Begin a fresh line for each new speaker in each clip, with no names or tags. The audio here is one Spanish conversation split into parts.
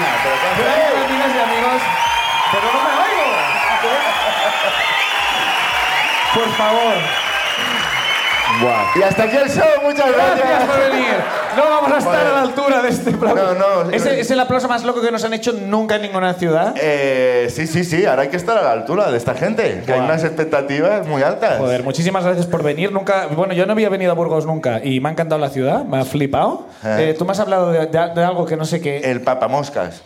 Gracias, amigas y amigos.
Pero no me oigo.
Por favor.
Y hasta aquí el show, muchas gracias.
Gracias por venir. No vamos a estar a la altura de este aplauso.
No, no.
¿Es, es el aplauso más loco que nos han hecho nunca en ninguna ciudad.
Eh, sí, sí, sí, ahora hay que estar a la altura de esta gente, que hay
Buah.
unas expectativas muy altas.
Joder, muchísimas gracias por venir. Nunca, bueno, yo no había venido a Burgos nunca y me ha encantado la ciudad, me ha flipado.
Eh.
Eh, tú me has hablado de, de- de algo que no sé qué.
El papamoscas.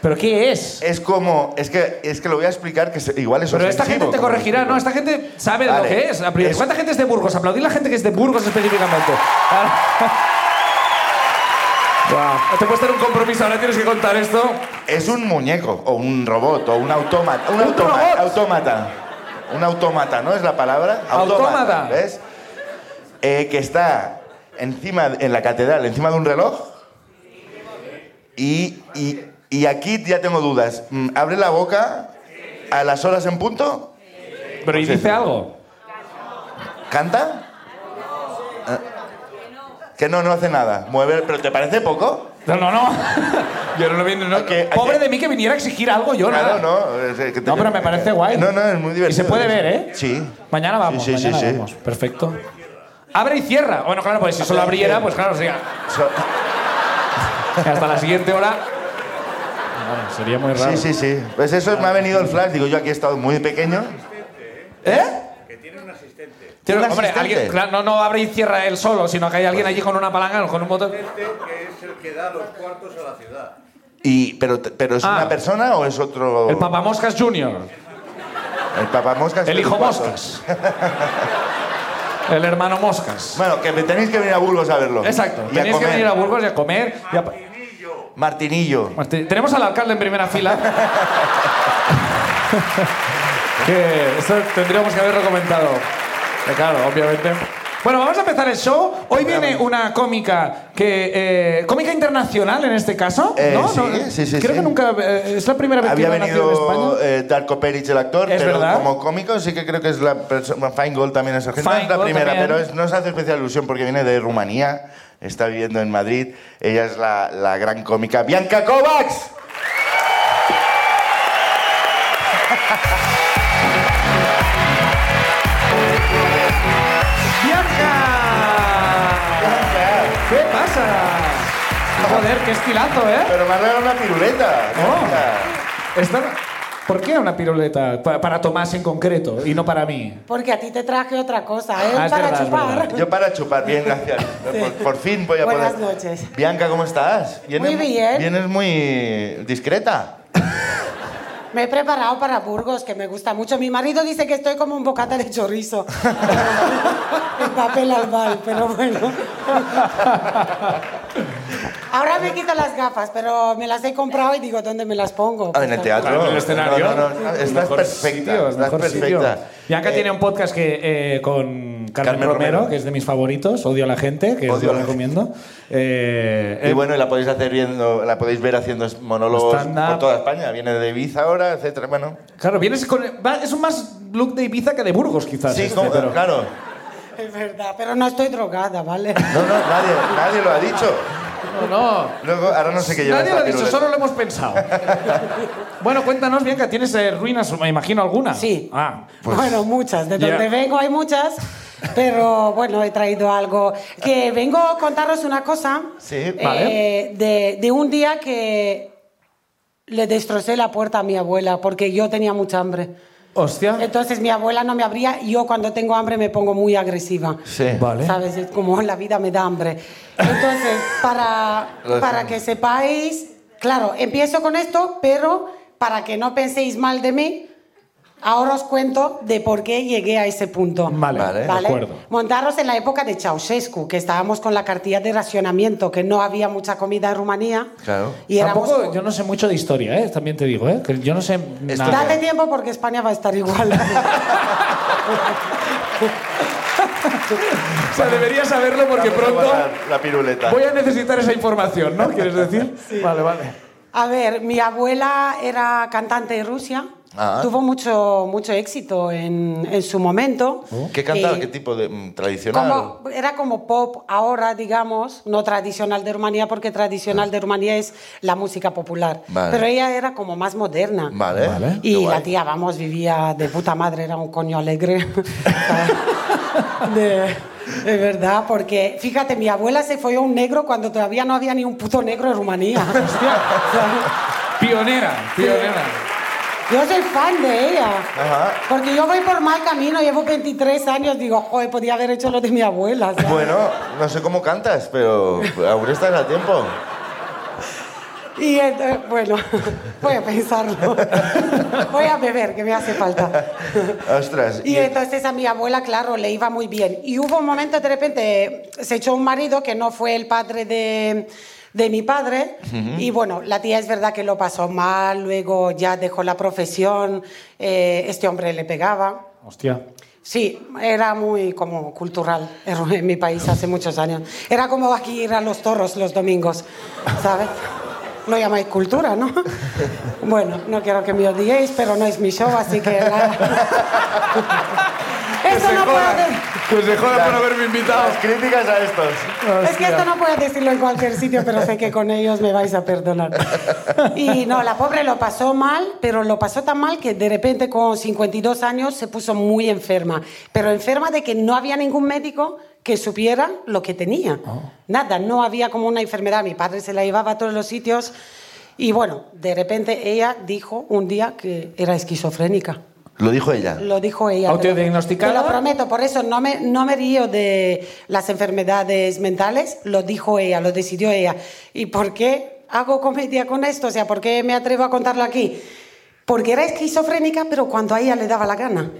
¿Pero qué es?
Es como, es que, es que lo voy a explicar que se- igual es
Pero esta
ofensivo,
gente te
como
corregirá,
explico.
¿no? Esta gente sabe
Vale.
lo que es. Apri-
Es-
¿Cuánta gente es de Burgos? Aplaudir la gente que es de Burgos específicamente. Buah. Te puedes tener un compromiso, ahora tienes que contar esto.
Es un muñeco, o un robot, o un autómata. Un
¿Un
autómata.
robot?
Autómata. Un autómata, ¿no es la palabra?
Autómata.
¿Ves? Eh, que está encima, en la catedral, encima de un reloj. Y, y- y aquí ya tengo dudas. Mm, ¿Abre la boca a las horas en punto?
Pero ¿y
Sí,
dice
sí.
algo?
¿Canta? Ah. Que no, no hace nada. Mueve, pero ¿te parece poco?
No, no, no. Yo no lo vi. no, no.
Hay que- hay
Pobre
que-
de mí que viniera a exigir algo yo,
Claro,
nada.
no. es eh, que te-
No, pero me parece guay.
No, no, es muy divertido.
Y se puede ver, ¿eh?
Sí.
Mañana vamos.
Sí, sí, sí,
mañana
sí.
vamos. Perfecto. Abre y cierra. Bueno, claro, pues si solo
Abre y
abriera,
cierra.
pues claro, sí.
So-
Hasta la siguiente hora. Bueno, sería muy raro.
Sí, sí, sí. Pues eso me ha venido el flash. Digo, yo aquí he estado muy pequeño.
¿Eh? Tiene,
¿Un
hombre,
asistente? Pues
alguien, claro, no, no abre y cierra él solo, sino que hay alguien allí con una palanca o con un botón.
que es el que da los cuartos a la ciudad.
Y, pero, pero ¿es
Ah.
una persona o es otro...?
El papamoscas junior,
El papamoscas.
el hijo
pero cuatro.
moscas, el hermano moscas.
Bueno, que me tenéis que venir a Burgos a verlo.
Exacto,
Y a
tenéis que
comer.
venir a Burgos y a comer. y a pa-
Martinillo.
Martín, Tenemos al alcalde en primera fila. que esto tendríamos que haberlo comentado. Que claro, obviamente. Bueno, vamos a empezar el show. Hoy viene una cómica que eh, cómica internacional en este caso,
Eh,
¿no?
sí,
¿No?
sí, sí,
Creo
sí.
que nunca eh, es la primera vez
Había
que una nació en
venido
España.
eh, Darko Peric, el actor,
Es
pero
verdad.
como cómico sí que creo que es la persona... Fine Gold también es argentina,
Fine
es la
Gold
primera,
también.
pero es- nos hace especial ilusión porque viene de Rumanía, está viviendo en Madrid. Ella es la, la gran cómica Bianca Kovacs.
Eh,
Bianca. ¿Qué pasa? Joder, qué estilazo, ¿eh?
Pero me ha regalado una piruleta.
Oh.
Bianca.
Esta- ¿Por qué una piruleta? Pa- Para Tomás en concreto y no para mí.
Porque a ti te traje otra cosa, ¿eh?
Ah, es
Para
verdad, es
chupar.
verdad.
Yo para chupar, bien, gracias. Por, por fin voy a
Buenas
poder.
noches.
Bianca, ¿cómo estás?
Muy bien.
Vienes muy discreta.
Me he preparado para Burgos, que me gusta mucho. Mi marido dice que estoy como un bocata de chorizo. en papel albal, pero bueno. Ahora me quito las gafas, pero me las he comprado y digo, ¿dónde me las pongo? Pues,
Ah, en el teatro.
en el escenario.
No, no, no, estás
Mejor
perfecta.
sitio,
estás
mejor
perfecta.
sitio. Bianca
Eh,
tiene un podcast que, eh, con Carmen,
Carmen
Romero,
Romero.
que es de mis favoritos, Odio a la gente, que os
Odio a
lo
la
recomiendo. Eh,
Y
eh,
bueno, y la podéis hacer viendo, la podéis ver haciendo monólogos
Stand-up.
por toda España. Viene de Ibiza ahora, etcétera. Bueno,
Claro, vienes con. va- es un más look de Ibiza que de Burgos, quizás.
sí,
este,
como-
pero-
claro.
Es verdad, pero no estoy drogada, ¿vale?
No, no, nadie, nadie lo ha dicho.
No, no.
Luego, ahora no sé qué lleva
Nadie lo
esta
ha dicho,
piruleta.
solo lo hemos pensado. bueno, cuéntanos, Bianca, ¿tienes eh, ruinas, me imagino, alguna?
Sí.
Ah,
Pues,
bueno, muchas. De
ya.
donde vengo hay muchas, pero bueno, he traído algo. Que vengo a contaros una cosa.
Sí,
vale.
eh, de, de un día que le destrocé la puerta a mi abuela porque yo tenía mucha hambre.
hostia.
Entonces mi abuela no me abría y yo cuando tengo hambre me pongo muy agresiva.
Sí.
Vale.
¿Sabes? Es como la vida me da hambre. Entonces, para,
Lo
para
dejamos.
que sepáis, claro, empiezo con esto, pero para que no penséis mal de mí, ahora os cuento de por qué llegué a ese punto.
Vale, de acuerdo.
Montaros en la época de Ceausescu, que estábamos con la cartilla de racionamiento, que no había mucha comida en Rumanía.
Claro.
Y éramos...
Tampoco, yo no sé mucho de historia, ¿eh? También te digo, ¿eh? Que yo no sé
Esto-
nada.
Date tiempo porque España va a estar igual.
O sea, debería saberlo porque
Vamos a
pronto
guardar La piruleta.
voy a necesitar esa información, ¿no? ¿Quieres decir? Vale, vale.
A ver, mi abuela era cantante de Rusia
Ah.
Tuvo mucho, mucho éxito en, en su momento.
¿Qué cantaba?
Y
¿Qué tipo de mm, tradicional?
como- era como pop ahora, digamos, no tradicional de Rumanía, porque tradicional de Rumanía es la música popular.
Ah. Vale.
Pero ella era como más moderna.
Vale.
Vale.
Qué
Y
guay.
la tía, vamos, vivía de puta madre, era un coño alegre. de, de verdad, porque fíjate, mi abuela se fue a un negro cuando todavía no había ni un puto negro en Rumanía. Hostia, ¿sabes?
Pionera, pionera.
Yo soy fan de ella.
Ajá.
Porque yo voy por mal camino, llevo 23 años, digo, joder, podía haber hecho lo de mi abuela. ¿sabes?
Bueno, no sé cómo cantas, pero aún estás a tiempo.
Y eh, bueno, voy a pensarlo. voy a beber, que me hace falta.
Ostras.
Y entonces a mi abuela, claro, le iba muy bien. Y hubo un momento, de repente, se echó un marido que no fue el padre de, de mi padre. Y bueno, la tía es verdad que lo pasó mal, luego ya dejó la profesión, eh, este hombre le pegaba.
Hostia.
Sí, era muy como cultural en en mi país hace muchos años. Era como aquí ir a los toros los domingos, ¿sabes? Lo llamáis cultura, ¿no? Bueno, no quiero que me odiéis, pero no es mi show, así que... Esto no puedo de-
Pues se joda
por
haberme invitado.
Las críticas a estos.
Es que esto no puedo decirlo en cualquier sitio, pero sé que con ellos me vais a perdonar. Y no, la pobre lo pasó mal, pero lo pasó tan mal que de repente con 52 años se puso muy enferma. Pero enferma de que no había ningún médico que supiera lo que tenía. Nada, no había como una enfermedad. Mi padre se la llevaba a todos los sitios. Y bueno, de repente ella dijo un día que era esquizofrénica.
Lo dijo ella.
Lo dijo ella.
¿Autodiagnosticada?
Te lo prometo, por eso no me, no me río de las enfermedades mentales, lo dijo ella, lo decidió ella. ¿Y por qué hago comedia con esto? O sea, ¿por qué me atrevo a contarlo aquí? Porque era esquizofrénica, pero cuando a ella le daba la gana.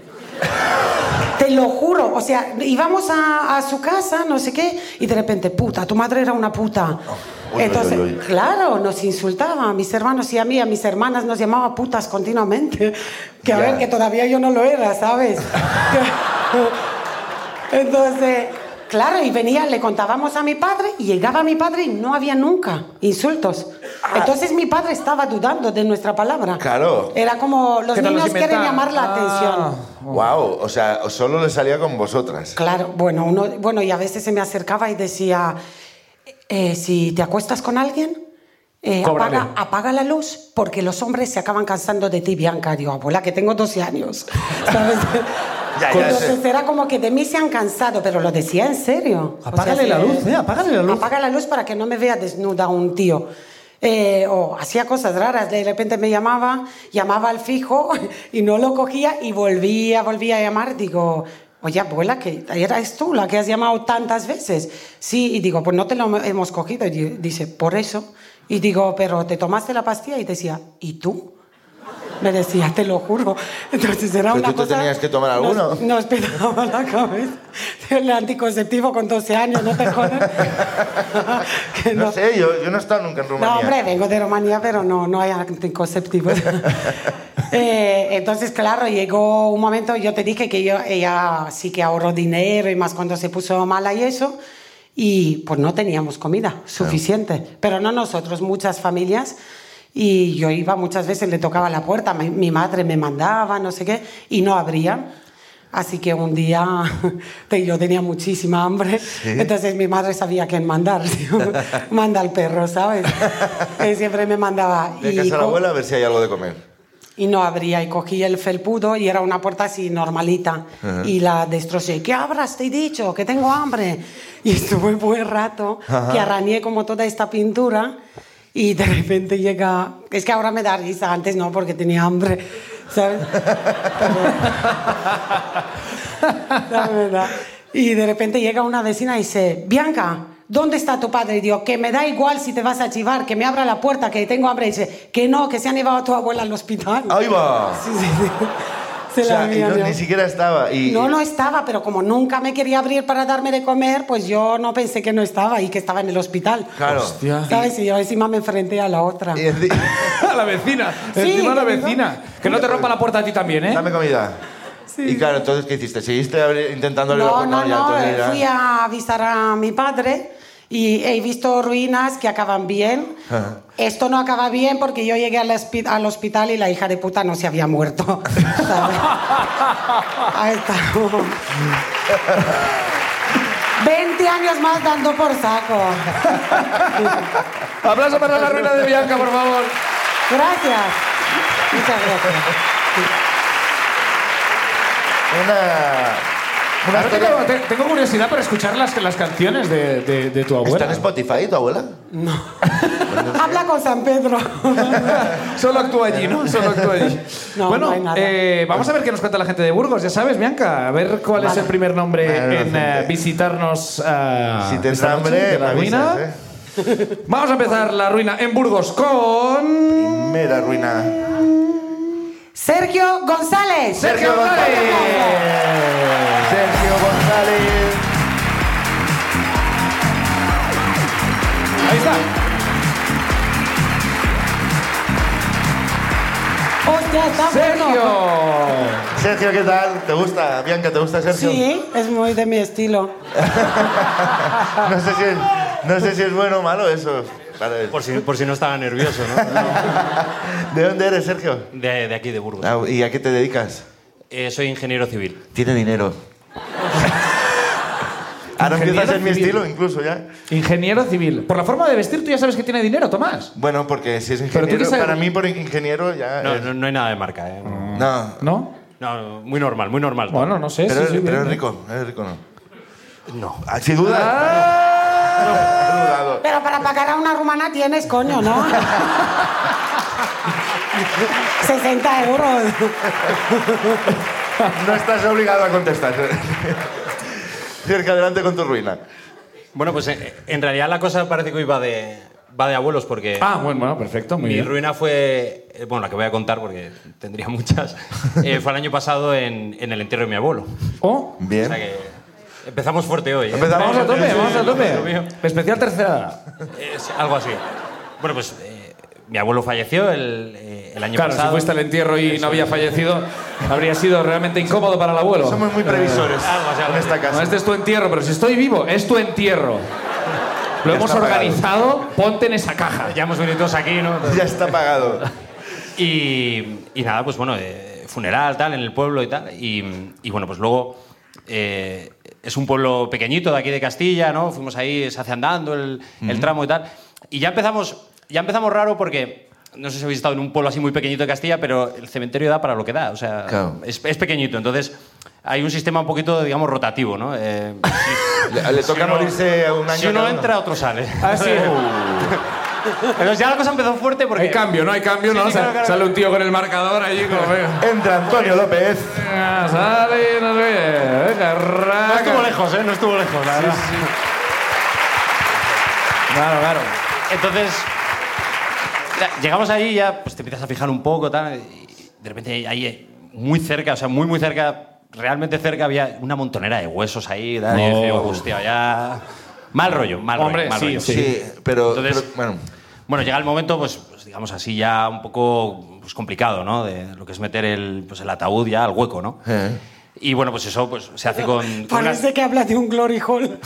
Te lo juro, o sea, íbamos a, a su casa, no sé qué, y de repente, puta, tu madre era una puta.
uy, uy,
Entonces,
uy, uy.
claro, nos insultaba a mis hermanos y a mí, a mis hermanas nos llamaba putas continuamente. Que
Ya.
a ver, que todavía yo no lo era, ¿sabes? Entonces, claro, y venía, le contábamos a mi padre, y llegaba mi padre y no había nunca insultos.
Ah.
Entonces mi padre estaba dudando de nuestra palabra.
Claro.
Era como, los
Que nos los
niños quieren
inventaron.
llamar la
Ah.
atención.
Wow, o sea, o solo le salía con vosotras.
Claro, bueno, uno, bueno, y a veces se me acercaba y decía, eh, si te acuestas con alguien, eh,
Cóbrale.
apaga, apaga la luz, porque los hombres se acaban cansando de ti, Bianca. Digo, abuela, que tengo 12 años. ¿sabes?
Ya, ya
Entonces
sé.
era como que de mí se han cansado, pero lo decía en serio. O sea,
Apágale la
sí.
luz, eh, apágale la luz.
Apaga la luz para que no me vea desnuda un tío. Eh, o hacía cosas raras, de repente me llamaba, llamaba al fijo y no lo cogía y volvía, volvía a llamar. Digo, oye abuela, que eres tú la que has llamado tantas veces. Sí, y digo, pues no te lo hemos cogido. Y di- dice, por eso. Y digo, pero te tomaste la pastilla y decía, ¿y tú? Me decía, te lo juro. Entonces era
Pero
una
tú te
cosa-
tenías que tomar
nos-
alguno.
Nos, petaba la cabeza. El anticonceptivo con 12 años, no te jodas. Que
No sé, yo, yo no he estado nunca en Rumanía.
no, hombre, vengo de Rumanía, pero no, no hay anticonceptivos. Eh, entonces, claro, llegó un momento, yo te dije que yo, ella sí que ahorró dinero y más cuando se puso mala y eso, y pues no teníamos comida suficiente, pero no nosotros, muchas familias. Y yo iba muchas veces, le tocaba la puerta, mi, mi madre me mandaba, no sé qué, y no abría. Así que un día te- yo tenía muchísima hambre, entonces mi madre sabía a quién mandar. tío. Manda al perro, ¿sabes? Que siempre me mandaba.
De casa a la
co-
abuela a ver si hay algo de comer.
y no abría, y cogí el felpudo y era una puerta así normalita. Y la destrocé. ¿Qué abras? Te he dicho que tengo hambre. Y estuve un buen rato, que arañé como toda esta pintura. Y de repente llega. Es que ahora me da risa, antes no, porque tenía hambre. ¿Sabes? La verdad. Y de repente llega una vecina y dice, Bianca, ¿dónde está tu padre? Y digo, que me da igual si te vas a chivar, que me abra la puerta, que tengo hambre. Y dice, que no, que se han llevado a tu abuela al hospital.
¡Ahí va!
Sí, sí, sí. Se
o
la
sea, y
habían
no-
llevado.
ni siquiera estaba. Y,
No, no estaba, pero como nunca me quería abrir para darme de comer, pues yo no pensé que no estaba y que estaba en el hospital.
Claro.
Hostia.
¿Sabes? Y yo encima me enfrenté a la otra.
Y enci-
A la vecina.
Sí,
Encima a la
que me-
vecina. Que no te rompa la puerta a ti también, ¿eh?
Dame comida.
Sí.
Y claro, entonces, ¿qué hiciste? ¿Seguiste abri- intentando abrir la
No, eh,
puerta?
no,
Ya,
no,
entonces
eh,
ya-
fui a avisar a mi padre y he visto ruinas que acaban bien. Esto no acaba bien porque yo llegué al, hospi- al hospital y la hija de puta no se había muerto. ¿sabes? Ahí estamos. 20 años más dando por saco.
Aplauso para la ruina de Bianca, por favor.
Gracias. Muchas gracias.
Una. una
Ahora
historia-
tengo, te- tengo curiosidad para escuchar las, las canciones de, de- de tu
¿Está
abuela.
en Spotify tu abuela?
Habla con San Pedro.
Solo actúa allí, ¿no? Solo actúa allí.
No,
bueno,
no hay nada.
eh, vamos a ver qué nos cuenta la gente de Burgos, ya sabes, Bianca. A ver cuál es
Vale.
el primer nombre
Vale,
en
gente.
eh, visitarnos. ah,
si tienes
esta noche
hambre,
de
me
la
avisas,
ruina.
¿eh?
Vamos a empezar la ruina en Burgos con.
Mera ruina.
Sergio González.
Sergio González. Sergio González.
Ahí está.
Hostia, está
Sergio.
bueno.
Sergio, ¿qué tal? ¿Te gusta? Bianca, ¿te gusta Sergio?
Sí, es muy de mi estilo.
No sé si es, no sé si es bueno o malo eso. Vale.
Por si, por si no estaba nervioso, ¿no?
¿De dónde eres, Sergio?
De, de aquí, de Burgos.
Ah, ¿Y a qué te dedicas?
Eh, soy ingeniero civil.
Tiene dinero. Ahora
Ingeniero
empieza a ser mi
civil.
estilo incluso ya.
Ingeniero civil. Por la forma de vestir, tú ya sabes que tiene dinero, Tomás.
Bueno, porque si es
Pero tú qué
ingeniero,
sabes-
para mí por ingeniero ya...
No,
es-
no, no hay nada de marca, ¿eh? No,
no,
¿No?
no, muy normal, muy normal. todo.
Bueno, no sé.
pero,
sí,
es-
sí,
pero
bien.
es rico, es rico no.
No.
Ah, sin duda.
Ah,
he dudado.
Pero para pagar a una rumana tienes, coño, ¿no? 60 euros.
No estás obligado a contestar. Cerca adelante con tu ruina.
Bueno, pues eh, en realidad la cosa parece que hoy va de, va de abuelos porque
Ah, bueno, bueno, perfecto, muy
mi
bien.
ruina fue, eh, bueno, la que voy a contar porque tendría muchas, eh, fue el año pasado en, en el entierro de mi abuelo.
Oh,
O
Bien.
sea que empezamos fuerte hoy. ¿eh?
Empezamos
vamos a tope, vamos a
Dios mío.
tope. Especial tercera edad.
Es algo así. Bueno, pues eh, mi abuelo falleció el, eh, el año
Claro, si
pasado.
fuiste al entierro y no había fallecido, habría sido realmente incómodo para el abuelo.
Somos muy previsores
Algo así, algo
en esta
así.
No,
casa.
este es tu entierro, pero si estoy vivo, es tu entierro. Lo
Ya
hemos
está pagado.
organizado, ponte en esa caja.
Ya hemos venido todos aquí, ¿no?
Ya está pagado.
Y, y nada, pues bueno, eh, funeral, tal, en el pueblo y tal. Y, y bueno, pues luego eh, es un pueblo pequeñito de aquí de Castilla, ¿no? Fuimos ahí, se hace andando el, el tramo y tal. Y ya empezamos, ya empezamos raro porque no sé si habéis estado en un pueblo así muy pequeñito de Castilla, pero el cementerio da para lo que da, o sea,
Claro.
es, es pequeñito. Entonces hay un sistema un poquito, digamos, rotativo, ¿no? Eh, si-
Le, le toca
si uno-
morirse a un año.
Si uno
cada uno.
entra, otro sale.
Así.
Entonces ya la cosa empezó fuerte porque...
Hay cambio, no hay cambio,
Sí,
¿no?
sí,
Sa-
claro, claro.
Sale un tío con el marcador allí como... Venga,
Entra Antonio López.
venga, sale, no sé qué. Venga, raca.
No estuvo lejos, ¿eh? No estuvo lejos, la verdad.
Claro, claro.
Entonces, ya, llegamos ahí ya pues te empiezas a fijar un poco, tal, y de repente ahí eh, muy cerca, o sea, muy, muy cerca, realmente cerca había una montonera de huesos ahí, tal, y yo decía, hostia, ya... Mal rollo, mal
Hombre,
rollo, mal
sí,
rollo.
Sí, pero,
Entonces-
pero, bueno,
Bueno, llega el momento, pues, pues, digamos así, ya un poco pues, complicado, ¿no? De lo que es meter el, pues, el ataúd ya al hueco, ¿no?
Eh.
Y bueno, pues eso pues, se hace con... con unas-
Parece que hablas de un glory hole.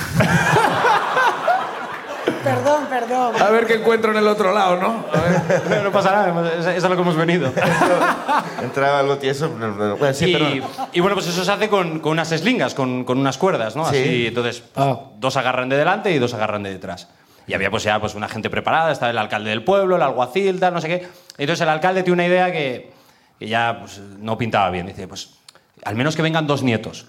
perdón, perdón.
A ver qué encuentro en el otro lado, ¿no? A ver.
No, no pasa nada, hemos- es- es a lo que hemos venido.
entraba algo tieso. pero- pero- Bueno, sí,
y,
pero
y bueno, pues eso se hace con, con unas eslingas, con, con unas cuerdas, ¿no?
Sí.
Así, entonces, pues, dos agarran de delante y dos agarran de detrás. Y había pues ya pues, una gente preparada, estaba el alcalde del pueblo, el alguacil, tal, no sé qué. Entonces el alcalde tiene una idea que, que ya pues, no pintaba bien. Dice, pues al menos que vengan dos nietos.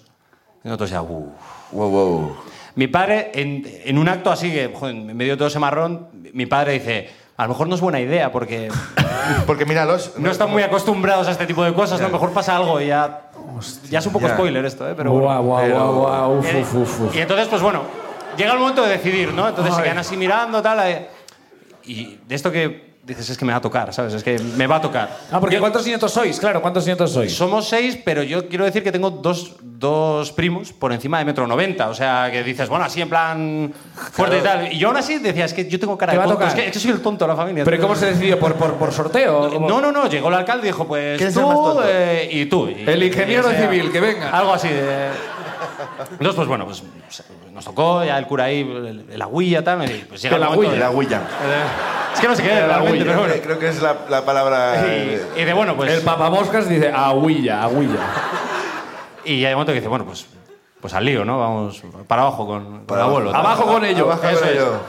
Y nosotros ya, uff.
Wow, wow.
Mi padre, en, en un acto así, que joder, en medio de todo ese marrón, mi padre dice, a lo mejor no es buena idea porque
Porque míralos.
no están muy acostumbrados a este tipo de cosas, ¿no? a lo mejor pasa algo y ya... Ya es un poco
Ya.
spoiler esto, ¿eh? Pero bueno.
Guau, guau, guau, guau. Uf,
Eh,
uf, uf, uf.
Y entonces, pues bueno, llega el momento de decidir, ¿no? Entonces se
Ay.
quedan así mirando, tal. eh, Y de esto que dices, es que me va a tocar, ¿sabes? Es que me va a tocar.
Ah, porque
Yo-
¿cuántos nietos sois? Claro, ¿cuántos nietos sois?
somos seis, pero yo quiero decir que tengo dos, dos primos por encima de metro noventa. O sea, que dices, bueno, así en plan fuerte y tal. Y yo aún así decía, es que yo tengo cara
Te
de
va a
tonto.
tocar.
Es que, es que soy el tonto de la familia.
¿Pero ¿y cómo se decidió? ¿Por, por, por sorteo? ¿Cómo?
No, no, no. Llegó el alcalde y dijo,
¿Quién
pues
es el más
tú
tonto?
eh, y tú. Y-
El ingeniero
y, o sea,
civil, que venga.
Algo así de... Entonces, pues bueno, pues nos tocó ya el cura ahí, el, el aguilla, tal. y, pues, llega
El
el momento de-
La huilla.
Es que no sé qué es realmente, pero bueno.
Creo que es la, la palabra. eh,
Y, y de bueno, pues.
El papamoscas dice aguilla, aguilla.
Y hay un momento que dice, bueno, pues, pues al lío, ¿no? Vamos para abajo con, con el abuelo. tal.
Abajo con ello,
Abajo
eso
con
es.
ello.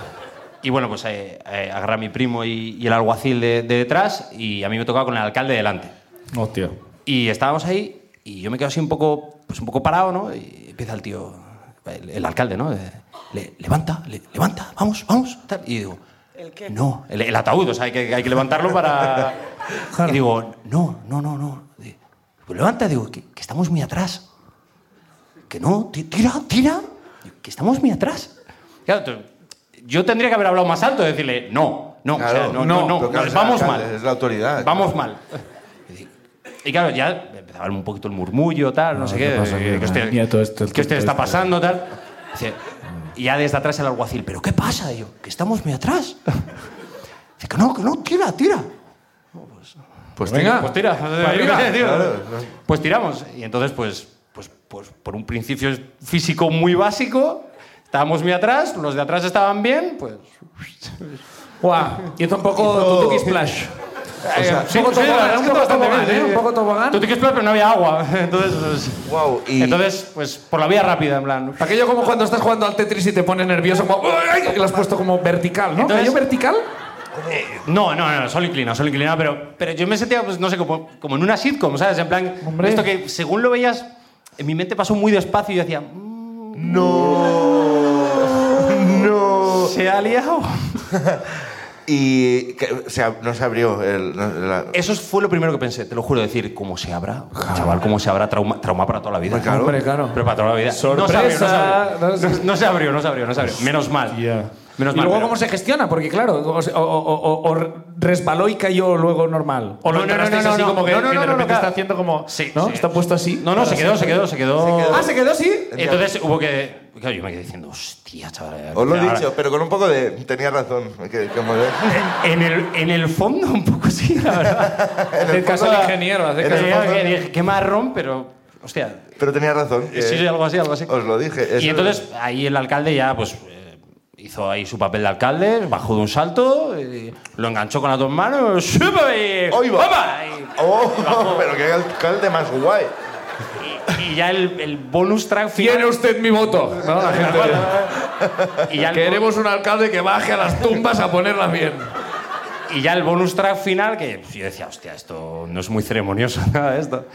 Y bueno, pues eh, eh, agarra a mi primo y, y el alguacil de, de detrás y a mí me tocaba con el alcalde delante. Oh,
Hostia.
Y estábamos ahí y yo me quedo así un poco, pues un poco parado, ¿no? Y empieza el tío, el, el alcalde, ¿no? Eh, le- levanta, le- levanta, vamos, vamos. tal. Y digo,
¿El qué?
No, el, el ataúd, o sea, hay que, hay que levantarlo para... Y digo, no, no, no, no. Di- Pues levanta, digo, que, que estamos muy atrás. Que no, ti- tira, tira, que estamos muy atrás. Claro, tú- yo tendría que haber hablado más alto, decirle, no, no, o sea,
Claro,
no, no, no,
pero claro,
no,
es la-
vamos mal.
Es la autoridad.
Vamos mal. Y claro, ya empezaba un poquito el murmullo, tal, no, sé
¿qué
qué.
pasa aquí?
eh, que usted,
Mira, todo este esto,
que usted
todo
está
esto.
pasando, tal. Dice, y ya desde atrás el alguacil, ¿pero qué pasa? Y yo, que estamos muy atrás. Dice, que no, que no, tira, tira.
Pues
Venga.
Pues tira.
Para
yo qué
arriba.
sé, tío.
Claro.
Pues tiramos. Y entonces, pues, pues, pues, por un principio físico muy básico, estábamos muy atrás, los de atrás estaban bien, pues...
Guau. Y esto un poco Tutuki Splash.
eh,
sí, un poco tobogán,
la verdad es
un
que
poco
bastante
tobogán,
bien,
¿eh? Un poco tobogán.
Tú te quieres probar, pero no había agua. Entonces, pues,
Wow, y-
Entonces, pues por la vía rápida, en plan.
Aquello como cuando estás jugando al Tetris y te pones nervioso, como. ¡Ay! Y lo has puesto como vertical, ¿no?
Entonces-
¿Aquello vertical?
No, no, no, solo inclinado, solo inclinado, pero, pero yo me sentía, pues no sé, como, como en una sitcom, ¿sabes? En plan,
Hombre.
esto que según lo veías, en mi mente pasó muy despacio y yo decía, "Mm,
No.
¿se ha liado?
Y que- o sea, no se abrió el. no, la-
Eso fue lo primero que pensé, te lo juro, decir, ¿cómo se habrá? Chaval, ¿cómo se habrá? Trauma, trauma para toda la vida.
Hombre, claro.
Hombre, claro.
Pero para toda la vida.
Sorpresa.
No se abrió, no se abrió. No- no se abrió, no se abrió, no se abrió. Menos mal. Menos
¿Y
mal.
luego
pero-
cómo se gestiona? Porque claro, o, se- o- o- o- o resbaló y cayó luego normal. O lo
No, no, no,
enterrasteis
no, no,
así
no.
como que,
No, no,
que
no,
de
no,
repente
claro.
está haciendo como...
Sí,
¿no?
sí.
Está puesto así.
No, no, se quedó, se quedó, se quedó.
Ah, ¿se quedó así?
Entonces hubo que. Claro, yo me quedé diciendo, hostia, chaval.
Os lo he
ahora-
dicho, pero con un poco de. Tenía razón. que- como de-
En el, en el fondo, un poco sí, la verdad.
En el caso
fondo-
del ingeniero. hace
en
caso-
el
Tenía
fondo-
que- dije, Qué marrón, pero. Hostia.
Pero tenía razón. que-
Eh, Sí, sí, algo así, algo así.
Os lo dije. eso-
Y entonces ahí el alcalde ya, pues. eh, Hizo ahí su papel de alcalde, bajó de un salto, y lo enganchó con las dos manos, ¡sube! y-
¡Hoy va!
¡Opa! Y-
¡Oh! Pero qué alcalde más guay.
Y, y ya el, el bonus track
Tiene
final.
usted mi voto. ¿no? La gente-
Y ya el-
Queremos un alcalde que baje a las tumbas a ponerlas bien.
Y ya el bonus track final, que yo decía, hostia, esto no es muy ceremonioso, nada de esto.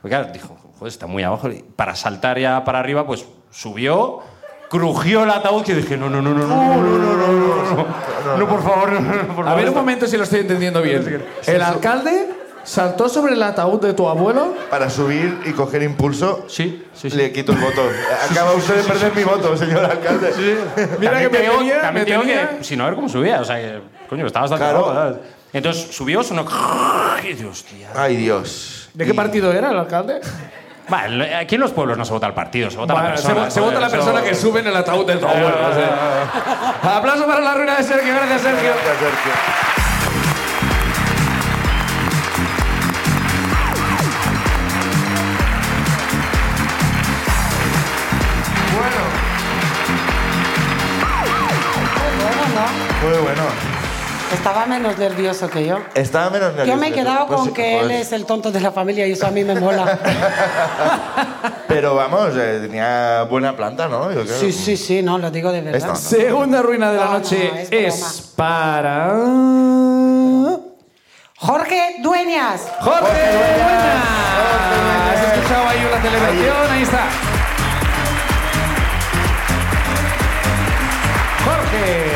Porque claro, dijo, joder, está muy abajo. Y Para saltar ya para arriba, pues subió, crujió el ataúd que dije, no, no, no, no, no, no, no, no, no, no, no, no, por favor, no, no, no, por
A
favor,
ver un
esto".
momento si lo estoy entendiendo bien. El alcalde saltó sobre el ataúd de tu abuelo.
Para subir y coger impulso,
Sí, sí, sí.
le quito el voto. Acaba usted de perder mi voto, señor alcalde.
Mira que
También
me
te digo-
tenía,
también
me
te digo
tenía.
que, si no, a ver cómo subía, o sea, que, coño, estaba bastante
Claro.
abajo, ¿sabes? Entonces subió, sonó, y yo, hostia.
Ay, Dios.
¿De qué
Y-
partido era el alcalde?
Va, en- aquí en los pueblos no se vota el partido, se vota la
Bueno, se,
persona.
vo- se vota la
Eso-
persona que sube en el ataúd de tu abuelo. o sea. Aplauso para la ruina de Sergio. Gracias, Sergio.
Gracias, Sergio.
Bueno,
Muy bueno.
¿no? Estaba menos nervioso que yo.
Estaba menos nervioso.
Yo me he quedado
Pues,
con que él
pues,
es el tonto de la familia y eso a mí me mola.
Pero vamos, eh, tenía buena planta, ¿no? Yo creo.
Sí, sí, sí, no, lo digo de verdad.
Esta.
Segunda ruina de la
No, no,
noche
es broma.
es para.
Jorge Dueñas.
Jorge Buena. Has escuchado ahí una celebración, ahí está.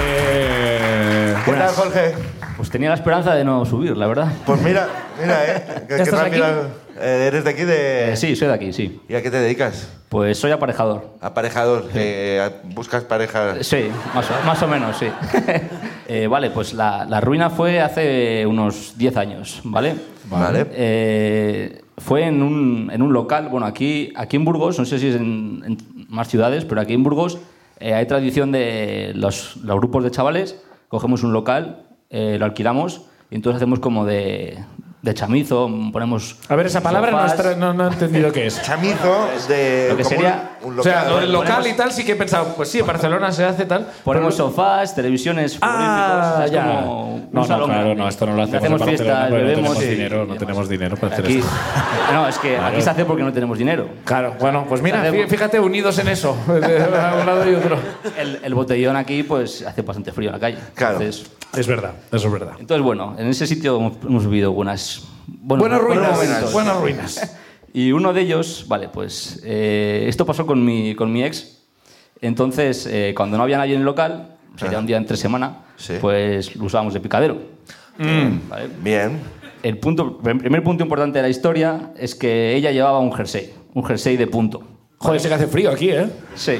Jorge.
¿Qué tal, Jorge?
Pues tenía la esperanza de no subir, la verdad.
Pues mira, mira, ¿eh? Qué,
¿Ya estás
Eh, ¿Eres de aquí? De...
Eh, sí, soy de aquí, sí.
¿Y a qué te dedicas?
Pues soy aparejador.
Aparejador. eh, a- buscas pareja.
Sí, más o, más o menos, sí. Eh, vale, pues la, la ruina fue hace unos 10 años, ¿vale?
Vale.
Eh, fue en un, en un local, bueno, aquí, aquí en Burgos, no sé si es en, en más ciudades, pero aquí en Burgos eh, hay tradición de los, los grupos de chavales, cogemos un local, eh, lo alquilamos y entonces hacemos como de, de chamizo, ponemos.
A ver, esa palabra no,
sofás.
está- no, no he entendido qué es.
Chamizo de.
Lo que
Eh, como
sería-
Un, un
O sea,
local.
lo del local
Ponemos-
y tal sí que he pensado, pues sí, en Barcelona se hace tal.
Ponemos
pero-
sofás, televisiones,
Ah,
frigoríficos, es
ya.
como un
No, no,
salón
claro,
grande.
no, esto no lo hacemos, en Barcelona,
fiestas,
porque no
bebemos.
tenemos
sí.
dinero, no tenemos dinero para hacer
Aquí,
esto.
no, es que aquí se hace porque no tenemos dinero.
Claro, bueno, pues mira,
Hacemos-
fí- fíjate, unidos en eso, de un lado y otro.
El, el botellón aquí, pues hace bastante frío en la calle.
Claro.
Entonces,
Es verdad, eso es verdad.
entonces, bueno, en ese sitio hemos, hemos vivido buenas. bueno,
Buenas
buenos
ruinas,
momentos.
buenas ruinas.
Y uno de ellos, vale, pues eh, esto pasó con mi, con mi ex. Entonces, eh, cuando no había nadie en el local, sería un día entre semana,
Ah. Sí.
pues lo usábamos de picadero.
mm.
¿Vale?
Bien.
El punto, el primer punto importante de la historia es que ella llevaba un jersey, un jersey de punto.
Joder, sí que hace frío aquí, ¿eh?
Sí.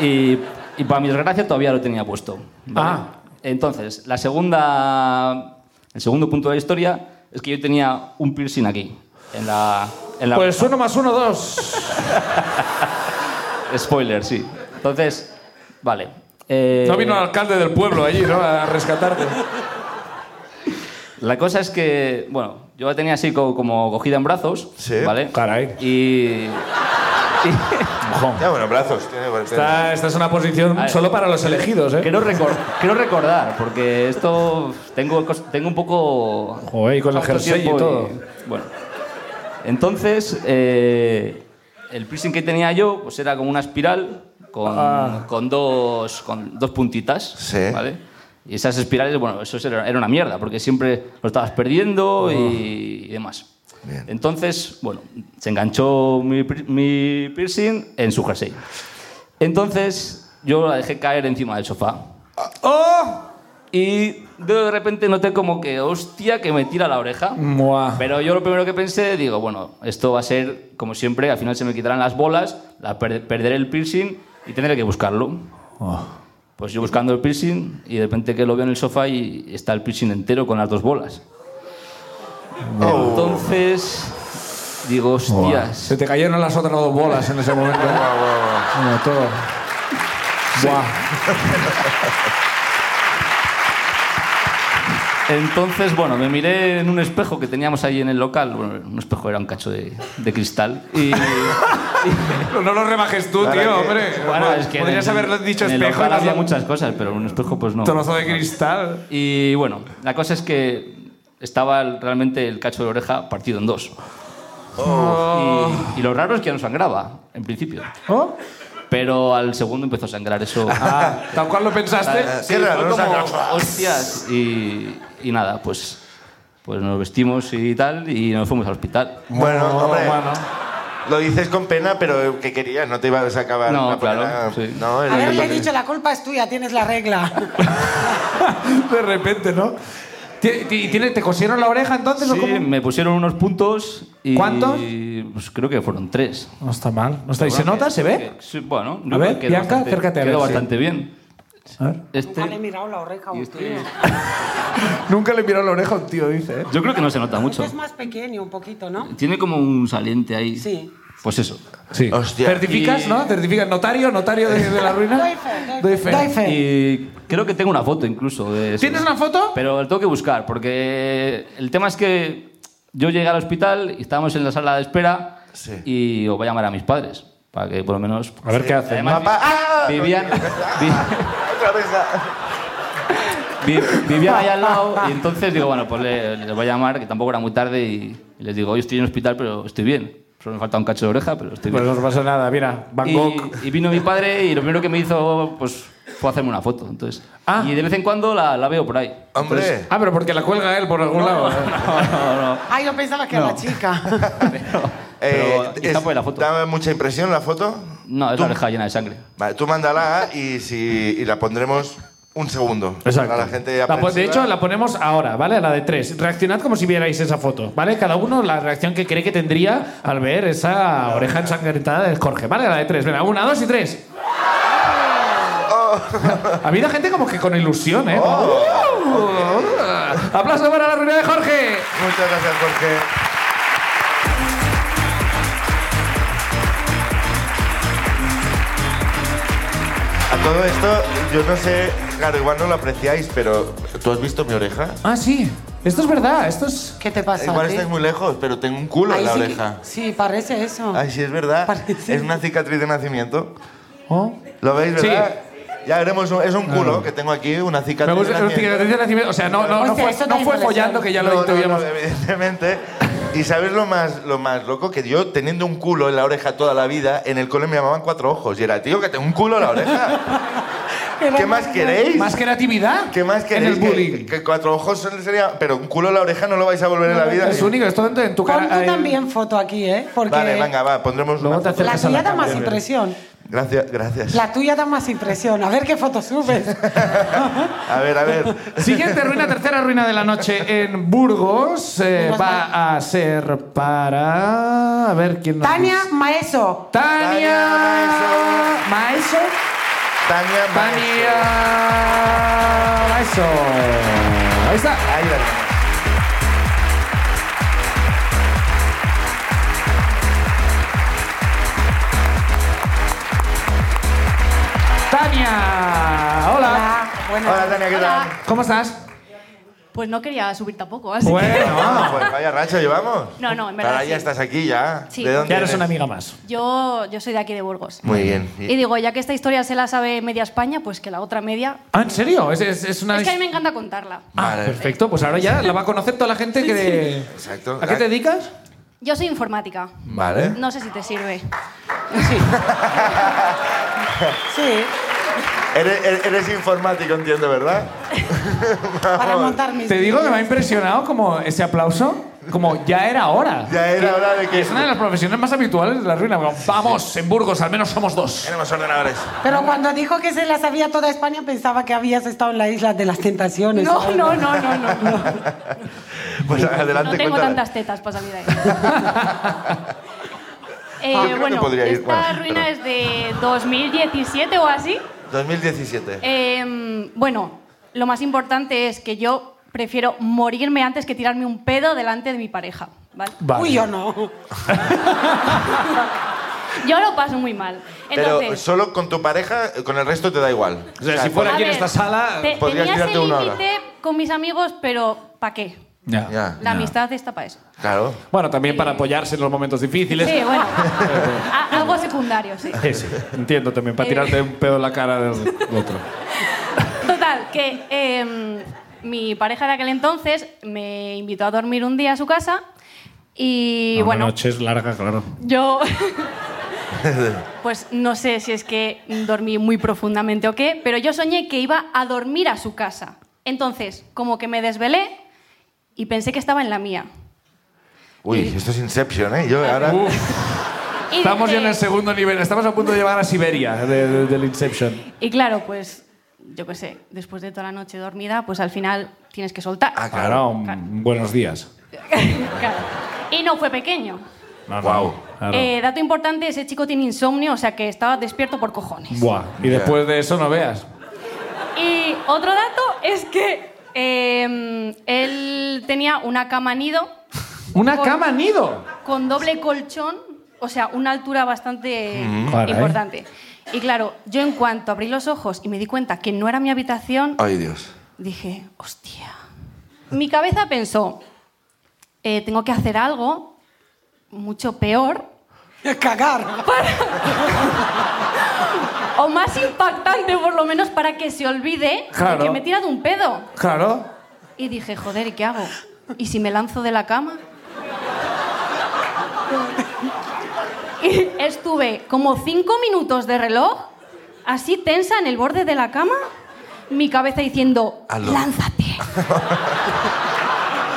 Y, y para mi desgracia todavía lo tenía puesto. ¿vale?
Ah.
Entonces, la segunda, el segundo punto de la historia es que yo tenía un piercing aquí, en la, en la
Pues uno más uno, dos.
Spoiler, sí. Entonces, vale. eh,
No vino el alcalde del pueblo allí, ¿no? A rescatarte.
La cosa es que, bueno, yo la tenía así co- como cogida en brazos,
Sí,
¿vale?
caray.
Y...
Ya, bueno, brazos. Tiene,
Esta, esta es una posición
A ver.
solo para los elegidos, ¿eh?
Ah, Quiero, recor- quiero recordar, porque esto tengo, cos- tengo un poco...
Joder, y con el
Falta
jersey y
tiempo
todo.
bueno. Entonces, eh, el piercing que tenía yo pues era como una espiral con, con dos, con dos puntitas.
Sí.
¿vale? Y esas espirales, bueno, eso era, era una mierda, porque siempre lo estabas perdiendo y, y demás.
Bien.
Entonces, bueno, se enganchó mi, pri- mi piercing en su jersey. Entonces, yo la dejé caer encima del sofá.
¡Oh!
Y de repente noté como que, hostia, que me tira la oreja.
Mua.
Pero yo lo primero que pensé, digo, bueno, esto va a ser como siempre, al final se me quitarán las bolas, la per- perderé el piercing y tendré que buscarlo.
Oh.
Pues yo buscando el piercing y de repente que lo veo en el sofá y está el piercing entero con las dos bolas. Entonces, digo, hostias.
Se te cayeron las otras dos bolas en ese momento. Como todo. Buah.
Entonces, bueno, me miré en un espejo que teníamos ahí en el local. Bueno, un espejo era un cacho de, de cristal. Y...
No lo rebajes tú,
Ahora
tío,
que-
hombre.
Bueno, es que en
Podrías
el-
haberlo dicho
en el
espejo.
local
y
había
hazlo-
muchas cosas, pero un espejo pues no.
Trozo de cristal.
Y bueno, la cosa es que estaba el- realmente el cacho de oreja partido en dos.
Oh.
Y, y lo raro es que no sangraba, en principio.
¿No?
Pero al segundo empezó a sangrar eso.
¿Oh? Ah, tal cual lo pensaste.
Ah,
Qué raro,
fue
no
como,
sangraba.
hostias. Y, y nada, pues, pues nos vestimos y tal y nos fuimos al hospital.
Bueno,
No,
hombre.
bueno.
Lo dices con pena, pero ¿qué querías? No te ibas a acabar.
No,
una
claro,
pena-
sí.
No, era
Haberle
que-
dicho, la culpa es tuya, tienes la regla.
De repente, ¿no? ¿Ti- ti- tiene- ¿Te cosieron la oreja entonces o
Sí,
cómo?
me pusieron unos puntos y...
¿Cuántos?
Pues creo que fueron tres.
No está mal. No está. ¿Y se nota? ¿Se ve?
Que- sí, bueno,
A ver,
quedó
Bianca,
bastante-
acércate a
Quedó
ver, sí.
bastante bien.
A ver.
Este,
Nunca le he mirado la oreja a
y
un
este-
tío.
Nunca le miró la oreja a un tío, dice. ¿eh?
yo creo que no se nota mucho.
Es más pequeño un poquito, ¿no?
Tiene como un saliente ahí.
Sí.
Pues eso.
Sí.
Hostia.
Certificas,
Y-
¿no? Certificas. Notario, notario de, de la ruina.
Doy fe,
Doy fe.
Doy fe.
Y creo que tengo una foto incluso de eso.
¿Tienes una foto?
Pero la tengo que buscar, porque el tema es que yo llegué al hospital y estábamos en la sala de espera
Sí.
y os voy a llamar a mis padres, para que por lo menos...
A ver qué hace.
Además,
Papá, ¡ah!
vi- Vivían... vi-
Otra vez ah. la-
vi- vivían ahí al lado y entonces digo, bueno, pues le- les voy a llamar, que tampoco era muy tarde, y y les digo, hoy estoy en el hospital, pero estoy bien. Solo me falta un cacho de oreja, pero estoy bien.
Pues no pasa nada, mira, Bangkok.
Y, y vino mi padre y lo primero que me hizo pues, fue hacerme una foto. Entonces.
Ah.
Y de vez en cuando la, la veo por ahí.
Hombre.
Ah, pero porque la cuelga él por algún lado. ¿eh?
No, no, no.
Ay, yo pensaba que era la chica.
Pero
Eh,
está por ahí la foto.
¿Daba mucha impresión la foto?
No, es la oreja llena de sangre.
Vale, tú mándala y, si, y la pondremos un segundo. Para la gente
La po- de
aprensiva.
hecho, la ponemos ahora, ¿vale? A la de tres. Reaccionad como si vierais esa foto, ¿vale? Cada uno la reacción que cree que tendría al ver esa oreja ensangrentada de Jorge, ¿vale? A la de tres. Venga, una, dos y tres.
Oh.
ha habido gente como que con ilusión, ¿eh? ¡Uh! ¡Aplauso para la reunión de Jorge!
Muchas gracias, Jorge. A todo esto, yo no sé, claro, igual no lo apreciáis, pero ¿tú has visto mi oreja?
Ah, sí. Esto es verdad, esto es.
¿Qué te pasa?
Igual
a ti?
estáis muy lejos, pero tengo un culo
Ahí
en la
sí que-
oreja.
Sí, parece eso.
Ay, sí, es verdad.
Parece.
Es una cicatriz de nacimiento.
Oh.
¿Lo veis,
Sí. Ah.
verdad? Ya veremos, un- es un culo que tengo aquí, una
Me
cicatriz
gusta
de
el
nacimiento.
cicatriz de nacimiento. O sea, no, no,
O
no
sea,
fue,
eso
no
da
fue
impresión.
follando que ya
No,
lo
no,
intuíamos.
no, evidentemente. Y sabes lo más, lo más loco que yo teniendo un culo en la oreja toda la vida, en el cole me llamaban cuatro ojos y era tío que tengo un culo en la oreja. ¿Qué más queréis?
Más creatividad.
¿Qué más
En
queréis?
el
Que-
bullying.
Que, cuatro ojos sería, pero un culo en la oreja no lo vais a volver en la vida.
es único, esto en tu cara.
Pon tú
ahí-
también foto aquí, ¿eh? Porque
Vale, venga, va, pondremos
Luego
una
eh, te
foto.
la
acercas a
tuya
la
da más
cámara.
impresión.
Gracias, gracias.
La tuya da más impresión. A ver qué foto subes.
A ver, a ver.
Siguiente ruina, tercera ruina de la noche en Burgos. eh,
Burgos,
va a ser para. A ver quién nos
Tania
dice.
Maeso.
Tania.
Tania
Maeso.
Tania. Maestro.
Tania. Maeso. Ahí está.
Ahí la tenemos.
Tania. Ah, Hola.
buenas.
Hola, Tania, ¿qué tal?
¿Cómo estás?
Pues no quería subir tampoco, así que...
Ah, pues vaya racha llevamos.
No, no, en verdad
Ahora ya
sí.
estás aquí, ya.
Sí.
¿De dónde
Ya eres
eres?
una amiga más.
Yo, yo soy de aquí de Burgos.
Muy bien.
Y digo, ya que esta historia se la sabe media España, pues que la otra media...
Ah, ¿en serio? Es, es- es una.
Es que a mí me encanta contarla.
Ah,
Vale.
perfecto. Pues ahora ya la va a conocer toda la gente que.
Exacto.
¿A qué te dedicas?
Yo soy informática.
Vale.
No sé si te sirve.
Sí,
Eres, eres- eres informático, entiendo, ¿verdad?
para montar mis.
Te digo que me ha impresionado como ese aplauso, como ya era hora.
Ya era hora de que.
Es una de las profesiones más habituales de la ruina. Como, Vamos, en Burgos al menos somos dos.
Tenemos ordenadores.
Pero cuando dijo que se la sabía toda España, pensaba que habías estado en la isla de las tentaciones. o
No,
algo.
no, no, no, no. No,
Pues adelante,
No tengo
cuéntala.
tantas tetas para salir ahí. Eh,
Yo creo que
bueno,
podría ir,
esta
bueno,
ruina
pero-
es de 2017 o así.
2017.
Eh, bueno, lo más importante es que yo prefiero morirme antes que tirarme un pedo delante de mi pareja. ¿vale?
Uy, yo no.
Yo lo paso muy mal.
Pero
Entonces,
solo con tu pareja, con el resto te da igual.
O sea, si fuera
a
aquí en
ver,
esta sala.
te-
podrías
tenía ese
tirarte una hora.
límite con mis amigos, pero ¿para qué?
Ya.
La amistad está para eso.
Claro.
Bueno, también para apoyarse en los momentos difíciles.
Sí, bueno. A- algo secundario, sí.
Sí, sí, entiendo también, para
Eh.
tirarte un pedo en la cara del otro.
Total, que eh, mi pareja de aquel entonces me invitó a dormir un día a su casa y
Ah, Una
bueno,
noche es larga, claro.
yo pues no sé si es que dormí muy profundamente o qué, pero yo soñé que iba a dormir a su casa. Entonces, como que me desvelé y pensé que estaba en la mía.
Uy, esto es Inception, ¿eh? Yo ahora.
Y
Estamos
dije-
ya en el segundo nivel, estamos a punto de llegar a Siberia de- de- del Inception.
Y claro, pues yo qué sé, después de toda la noche dormida, pues al final tienes que soltar.
Ah,
Claro,
claro.
un-
Claro.
buenos días.
Claro. Y no fue pequeño.
No, no,
Guau.
claro.
Eh, dato importante, ese chico tiene insomnio, o sea que estaba despierto por cojones.
Buah, y después de eso no veas.
Y otro dato es que eh, él tenía una cama nido
Una
Con-
cama nido.
con doble colchón, o sea, una altura bastante
Para, ¿eh?
importante. Y claro, yo en cuanto abrí los ojos y me di cuenta que no era mi habitación,
Ay, Dios.
dije, hostia. Mi cabeza pensó, eh, tengo que hacer algo mucho peor
Cagar.
o más impactante por lo menos para que se olvide
Claro.
de que me he tirado un pedo.
Claro.
Y dije, joder, ¿y qué hago? ¿Y si me lanzo de la cama? Y estuve como cinco minutos de reloj, así tensa en el borde de la cama, mi cabeza diciendo,
Hazlo.
lánzate.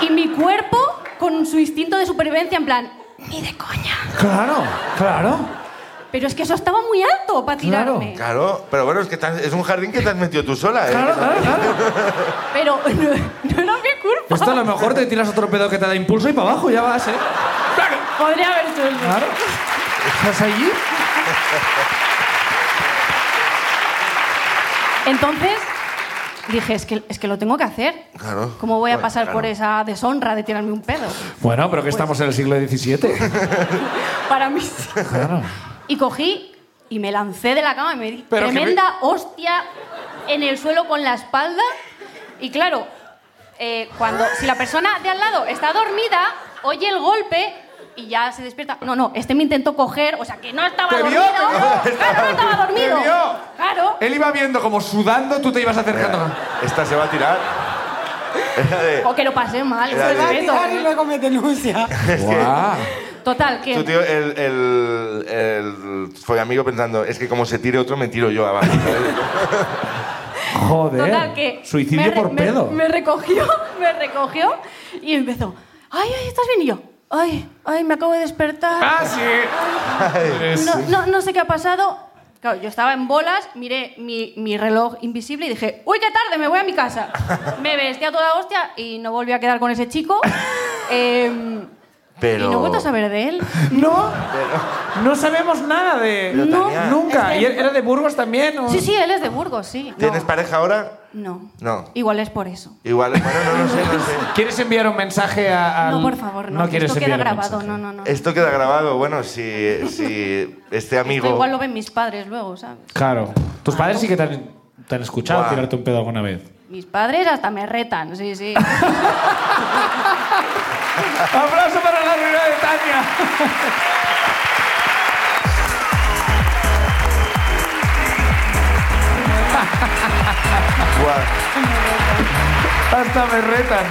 y mi cuerpo con su instinto de supervivencia en plan, ni de coña.
Claro, claro.
Pero es que eso estaba muy alto para
Claro.
tirarme.
Claro, pero bueno, es que te has- es un jardín que te has metido tú sola, ¿eh?
Claro, claro, claro.
Pero no, no era mi culpa.
Esto a lo mejor te tiras otro pedo que te da impulso y para abajo ya vas, ¿eh?
Podría haber sido.
Claro. ¿Estás allí?
Entonces dije, es que, es que lo tengo que hacer.
Claro.
¿Cómo voy a
Bueno,
pasar
claro.
por Pues esa deshonra de tirarme un pedo?
Bueno, pero que estamos en el siglo XVII.
Para mí. sí. Y cogí y me lancé de la cama y me di
Pero que
tremenda hostia en el suelo con la espalda. Y claro, eh, cuando si la persona de al lado está dormida, oye el golpe y ya se despierta. No, no, este me intentó coger, o sea, que no estaba
Te vio,
dormido.
te vio.
claro, no estaba
Te
dormido.
vio.
Claro.
Él iba viendo como sudando, tú te ibas acercando.
Esta se va a tirar. Era de-
O que lo pasé mal.
Claro.
fue
Se va a
respeto.
tirar y luego me denuncia.
Guau.
Total, que
Tu tío, el, el, el follamigo pensando, es que como se tire otro, me tiro yo abajo.
Joder.
Total, que
Suicidio
me re-
por
me-
pedo.
Me recogió, me recogió y empezó. Ay, ay, ¿estás bien? Y yo, ay, ay, me acabo de despertar.
Ah, Pues sí. Eres-
No, no, no sé qué ha pasado. Claro, yo estaba en bolas, miré mi, mi reloj invisible y dije, uy, qué tarde, me voy a mi casa. Me vestí a toda hostia y no volví a quedar con ese chico. Em,
Pero...
Y no he vuelto a saber de él.
No, no sabemos nada de.
Pero,
No,
Tania-
nunca.
Es que-
¿Y era de Burgos también? o?
Sí, sí, él es de Burgos, sí. No,
¿Tienes pareja ahora?
No.
No.
Igual es por eso.
Igual, bueno, no lo sé, no sé.
¿Quieres enviar un mensaje a, al-
No, por favor, no. que
quieres
Esto queda
enviar un
grabado,
mensaje.
no, no, no.
Esto queda grabado. Bueno, si, si este amigo...
Esto igual lo ven mis padres luego, ¿sabes?
Claro.
Tus padres sí que te han,
¿Te han escuchado
Buah.
tirarte un pedo alguna vez?
Mis padres hasta me retan, sí, sí.
¡Aplauso para la reunión de Tania!
Buah,
Hasta me retan.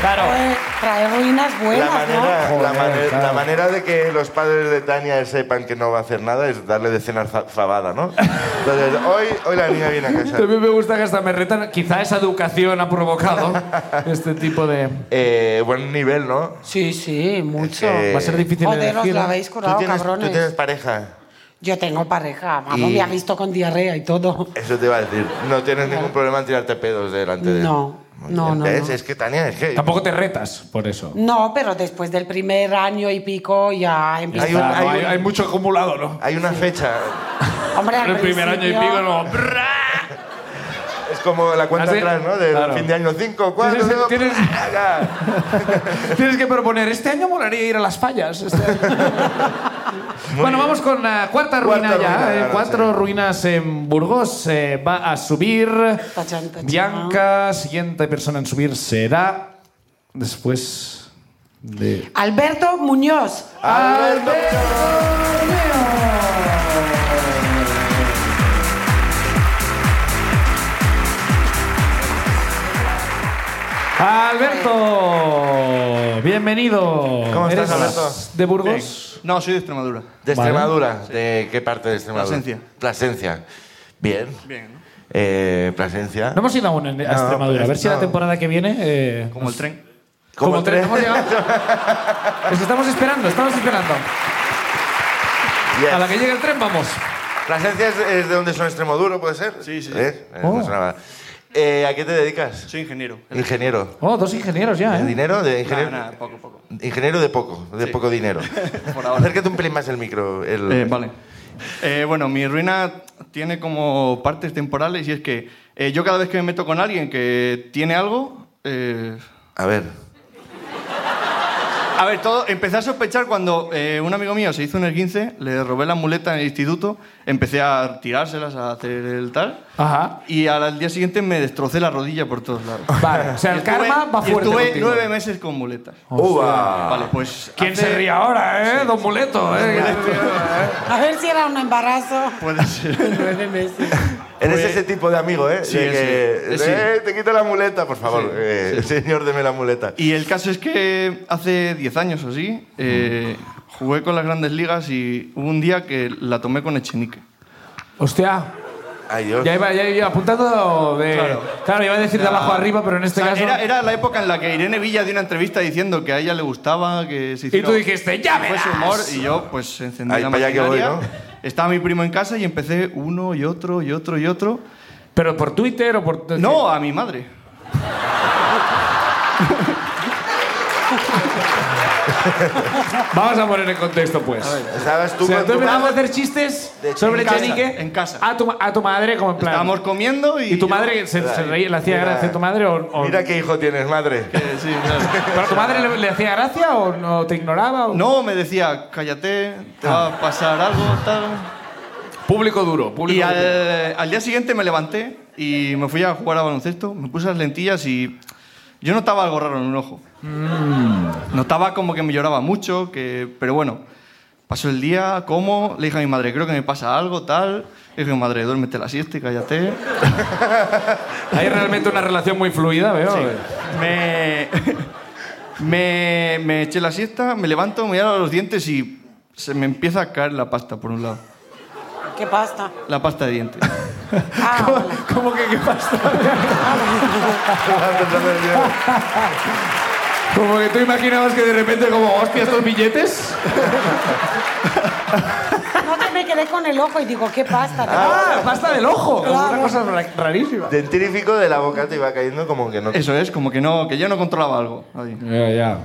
Claro.
Trae- Eh, Trae ruinas
la,
buenas,
manera,
¿no?
la,
Joder,
mane-
claro.
la manera de que los padres de Tania sepan que no va a hacer nada es darle de cenar fa- fabada, ¿no? Entonces, Pues hoy, hoy la niña viene a casa.
También me gusta que hasta me retan. Quizá esa educación ha provocado este tipo de.
Eh, buen nivel, ¿no?
¿no? Sí, sí, mucho.
que-
Va a ser difícil
Joder, os
elegir.
la habéis
¿Tú
curado,
tienes, tú
cabrones.
tienes pareja.
Yo tengo pareja, vamos,
Y-
me ha visto con diarrea y todo.
Eso te iba a decir. No tienes ningún problema en tirarte pedos delante de él.
No,
Muy
no,
bien.
no,
¿Ves?
no.
Es que Tania, es que.
Tampoco te retas.
Por eso.
No, pero después del primer año y pico ya empieza.
Hay un-
Ah, no,
hay un-
mucho acumulado, ¿no?
Hay una fecha.
Hombre, al
El primer año y
principio-
pico no. Brrr.
Es como la cuenta
¿Ah, sí?
atrás, ¿no? Del
Claro.
fin de año 5, 4,
Tienes-
2,
tienes- Tienes que proponer. Este año molaría ir a las fallas. este año. bueno, vamos con la cuarta ruina
Cuarta
ya.
ruina,
eh.
ahora
Cuatro
sí.
ruinas en Burgos. eh, va a subir.
Tachán, tachán.
Bianca, siguiente persona en subir será. Después de.
Alberto Muñoz.
Alberto.
Alberto, bienvenido.
¿Cómo estás,
¿Eres
Alberto?
¿De Burgos?
No, soy de Extremadura.
¿De Extremadura? ¿De qué parte de Extremadura?
Plasencia.
Plasencia. Bien.
Bien, ¿no?
Eh, Plasencia.
No hemos ido aún a Extremadura. A ver si
no.
la temporada que viene. eh,
Como el tren.
Como,
Como
tres.
tres.
hemos llegado. es que estamos esperando, estamos esperando.
Yes.
A la que llegue el tren, vamos.
Plasencia es, es de donde son Extremoduro, ¿puede ser?
Sí, sí, sí.
¿Eh? Eh, no
Oh.
sonaba. Eh, ¿A qué te dedicas?
Soy ingeniero.
Ingeniero.
Oh, dos ingenieros ya,
¿De
¿eh?
dinero? ¿De ingeniero?
Nada, nada, poco, poco.
Ingeniero de poco, de
Sí.
poco dinero.
Por ahora.
Acércate un pelín más el micro. el-
Eh, vale. Eh, bueno, mi ruina tiene como partes temporales y es que eh, yo cada vez que me meto con alguien que tiene algo... eh,
A ver.
A ver, todo, empecé a sospechar cuando eh, un amigo mío se hizo un esguince, le robé la muleta en el instituto, empecé a tirárselas, a hacer el tal,
Ajá.
y al día siguiente me destrocé la rodilla por todos lados.
Vale, o sea,
Y
el
estuve-
karma va
y
fuerte.
Estuve
contigo.
nueve meses con muletas.
¡Uva!
Vale, pues.
¿Quién
hace-
se ríe ahora, eh? Don Muleto, eh.
A ver si era un embarazo.
Puede ser.
Nueve meses.
Eres
Pues-
ese tipo de amigo, ¿eh?
Sí,
De
sí.
que,
Eh, sí.
"Eh, te quito la muleta, por favor.
Sí,
Eh, Señor, deme la muleta.
Y el caso es que hace 10 años o así, eh, jugué con las grandes ligas y hubo un día que la tomé con Echenique.
Hostia.
Ay, Dios.
Ya iba, ya iba apuntando de. Claro,
Claro.
iba a decir de abajo arriba, pero en este
O sea,
caso.
era, era la época en la que Irene Villa dio una entrevista diciendo que a ella le gustaba, que se
Y
hiciera.
tú dijiste, ya
que
verás.
fuese humor, y yo pues encendí
Ahí,
la
para allá que
maquinaria.
voy,
Estaba mi primo en casa y empecé uno y otro y otro y otro.
Pero por Twitter o por.
No, a mi madre.
Vamos a poner en contexto, pues.
¿Estabas tú
o sea,
con
tú
tu
empezabas a
madre?
hacer chistes
De-
sobre
en casa,
Chenique
en casa.
A tu, ma- a tu madre, como en plan.
Estábamos comiendo y.
¿Y tu
yo-
madre se, se reía, le hacía
Mira,
gracia a tu madre o, o-
Mira qué hijo tienes, madre.
Eh, sí, claro.
¿Pero a tu madre le, le hacía gracia o no te ignoraba? o-
No, me decía, cállate, te va a pasar algo, tal.
Público duro, público
Y
duro.
al, al día siguiente me levanté y me fui a jugar a baloncesto, me puse las lentillas y Yo notaba algo raro en un ojo.
Mm.
Notaba como que me lloraba mucho, que... pero bueno, pasó el día, como, le dije a mi madre, creo que me pasa algo, tal. Le dije, madre, duérmete la siesta y cállate.
Hay realmente una relación muy fluida, veo.
Me, me, me eché la siesta, me levanto, me lavo los dientes y se me empieza a caer la pasta por un lado.
¿Qué pasta?
La pasta de dientes.
Ah, vale.
¿Cómo que qué pasta? Como que tú imaginabas que de repente, como, hostia, estos billetes.
No que me quedé con el ojo y digo, ¿qué pasta?
¡Ah! ¡Pasta del ojo!
Claro.
Es una cosa ra- rarísima.
Dentírifico de la boca te iba cayendo como que no.
Eso es, como que no, que yo no controlaba algo. ahí.
Ya, ya.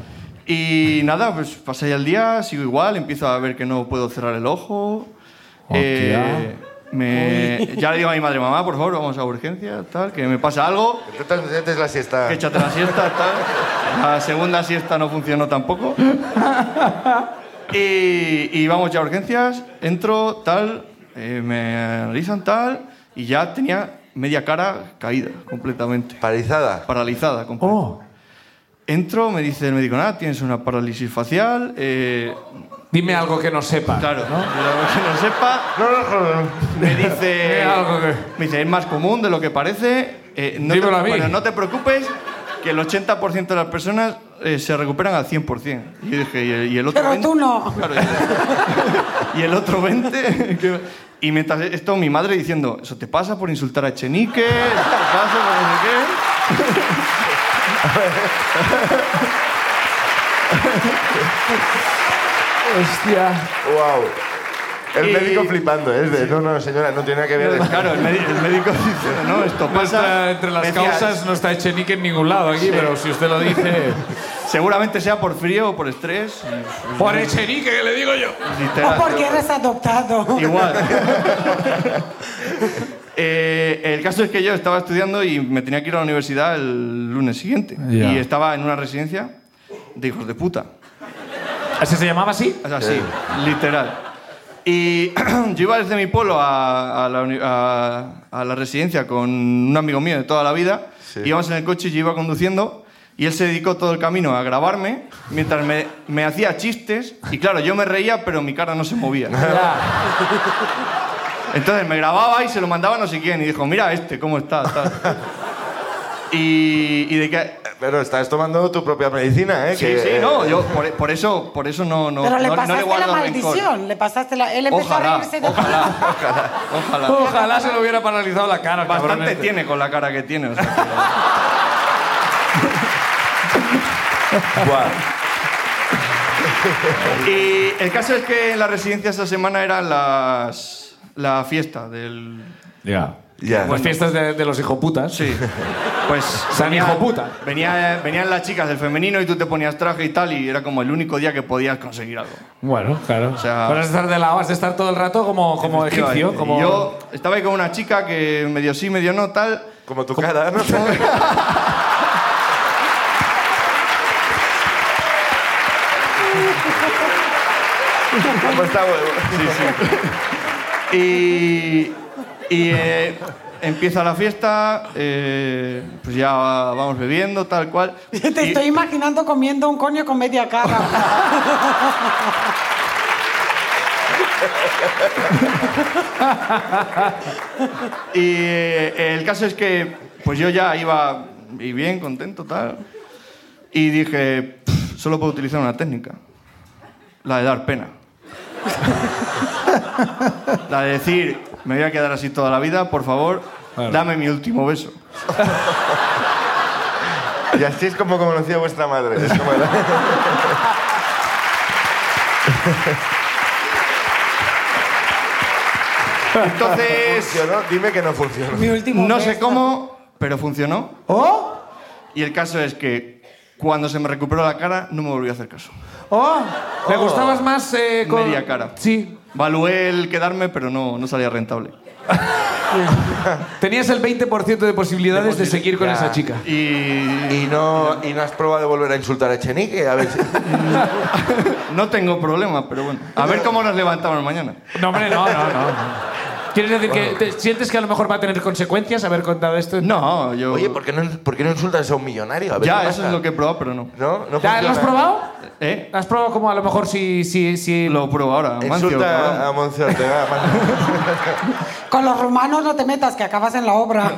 Y nada, pues pasé el día, sigo igual, empiezo a ver que no puedo cerrar el ojo. Eh,
Hostia.
me, ya le digo a mi madre, mamá, por favor, vamos a urgencias, tal, que me pasa algo,
Tú te metes la siesta.
que échate la siesta, tal. La segunda siesta no funcionó tampoco. Y, y vamos ya a urgencias, entro, tal, eh, me analizan, tal, y ya tenía media cara caída completamente,
Paralizada.
paralizada completamente. Entro, me dice el médico, nada, tienes una parálisis facial. eh,
Dime algo que no sepa.
claro, ¿no? que no sepa. Me dice,
Dime algo que-
me dice, es más común de lo que parece. eh, no, te,
Dímelo a mí.
bueno, no te preocupes, que el 80% de las personas eh, se recuperan al 100%. Y yo dije, ¿y el, y el otro
Pero
20?
tú no.
Claro, y- y el otro 20. que- y mientras esto, mi madre diciendo, eso te pasa por insultar a Chenique, eso te pasa por no sé qué.
Hostia.
Wow. El
Y-
médico flipando, ¿eh? De, no, no, señora, no tiene nada que ver. Pues
Claro, el, médi- el médico dice, no, esto
No
pasa.
está entre las
Me decía,
causas no está Echenique en ningún lado aquí, pero si usted lo dice.
Seguramente sea por frío o por estrés. y-
Por Echenique, que le digo yo.
literal.
O porque eres adoptado.
Igual. Eh, el caso es que yo estaba estudiando y me tenía que ir a la universidad el lunes siguiente.
Ya.
Y estaba en una residencia de hijos de puta.
¿Así se llamaba así?
Es así, literal. Y yo iba desde mi pueblo a, a la, uni- a- a la residencia con un amigo mío de toda la vida. Íbamos en el coche y yo iba conduciendo. Y él se dedicó todo el camino a grabarme mientras me, me hacía chistes. Y claro, yo me reía, pero mi cara no se movía. Entonces me grababa y se lo mandaba a no sé quién. Y dijo, mira este, ¿cómo está? tal". Y, y de que...
Pero estás tomando tu propia medicina, ¿eh?
Sí,
Que-
sí, no, yo por, por eso, por eso no, no,
Pero le
no- no
pasaste la
guardo rencor.
maldición. Le pasaste la... Él empezó a
Ojalá,
reírse de
ojalá, ojalá, ojalá.
Ojalá se le hubiera paralizado la cara,
Bastante
cabrón este.
tiene con la cara que tiene. o sea que-
Buah.
y el caso es que en la residencia esta semana era las, la fiesta del...
Ya.
Ya.
Las fiestas de, de los hijoputas.
Sí. Pues...
San
venía-
hijoputa.
Venía, venían las chicas del femenino y tú te ponías traje y tal y era como el único día que podías conseguir algo.
Bueno, claro.
O sea,
Vas a estar de lado, vas a estar todo el rato como, como egipcio.
Ah. efectivamente.
Como...
Y Yo estaba ahí con una chica que medio sí, medio no, tal.
Como tu cara, ¿no? ¿Cómo está, huevo?
Y, y, eh, empieza la fiesta, eh, pues ya vamos bebiendo, tal cual.
Te
Y-
estoy imaginando comiendo un coño con media cara.
Y eh, el caso es que pues yo ya iba y bien, contento, tal. Y dije, "Pff, solo puedo utilizar una técnica. La de dar pena. la de decir, me voy a quedar así toda la vida, por favor, dame mi último beso. este
Y así es como conocía vuestra madre. Es como la-
Entonces,
Funcionó, dime que no funcionó.
Mi último
no sé
beso.
cómo, pero funcionó.
¡Oh!
Y el caso es que cuando se me recuperó la cara, no me volvió a hacer caso.
¡Oh! ¿Le gustabas más eh, con...?
Media cara.
Sí.
Valué el quedarme, pero no, no salía rentable.
Tenías el 20% de posibilidades de seguir con
Ya.
esa chica.
Y
Y no, y no has probado volver a insultar a Chenique. A ver si...
no tengo problema, pero bueno. A ver cómo nos levantamos mañana.
No, hombre, no, no, no. ¿Quieres decir que te- sientes que a lo mejor va a tener consecuencias haber contado esto?
No, yo.
Oye, ¿por qué no, por qué no insultas a un millonario? A ver
ya,
qué
eso
pasa.
es lo que he probado, pero no.
¿No? ¿No
¿Ya ¿Lo has
funciona.
probado?
¿Eh?
¿Lo has probado como a lo mejor si... si, si...
Lo pruebo ahora. Mancio, cabrón.
Insulta a Moncio Ortega. Mancio.
Con los rumanos no te metas, que acabas en la obra.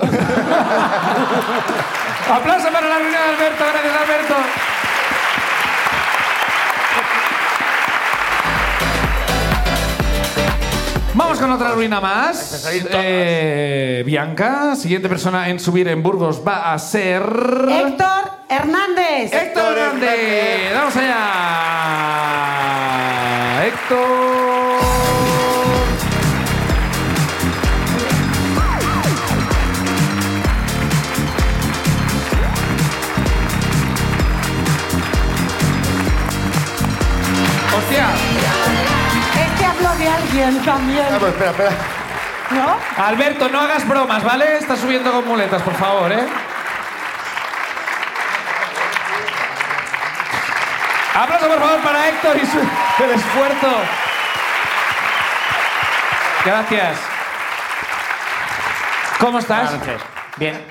¡Aplauso para la reunión de Alberto! ¡Gracias, Alberto! Vamos con otra ruina más.
salir todas.
Eh, Bianca, siguiente persona en subir en Burgos va a ser.
Héctor Hernández.
Héctor Hernández. eh, Vamos allá. Héctor. Hostia,
Este habló de alguien también,
Ah, pues espera, espera.
¿no?
Alberto, no hagas bromas, ¿vale? Estás subiendo con muletas, por favor, ¿eh? Aplauso, por favor, para Héctor y su el esfuerzo. Gracias. ¿Cómo estás?
Entonces, bien,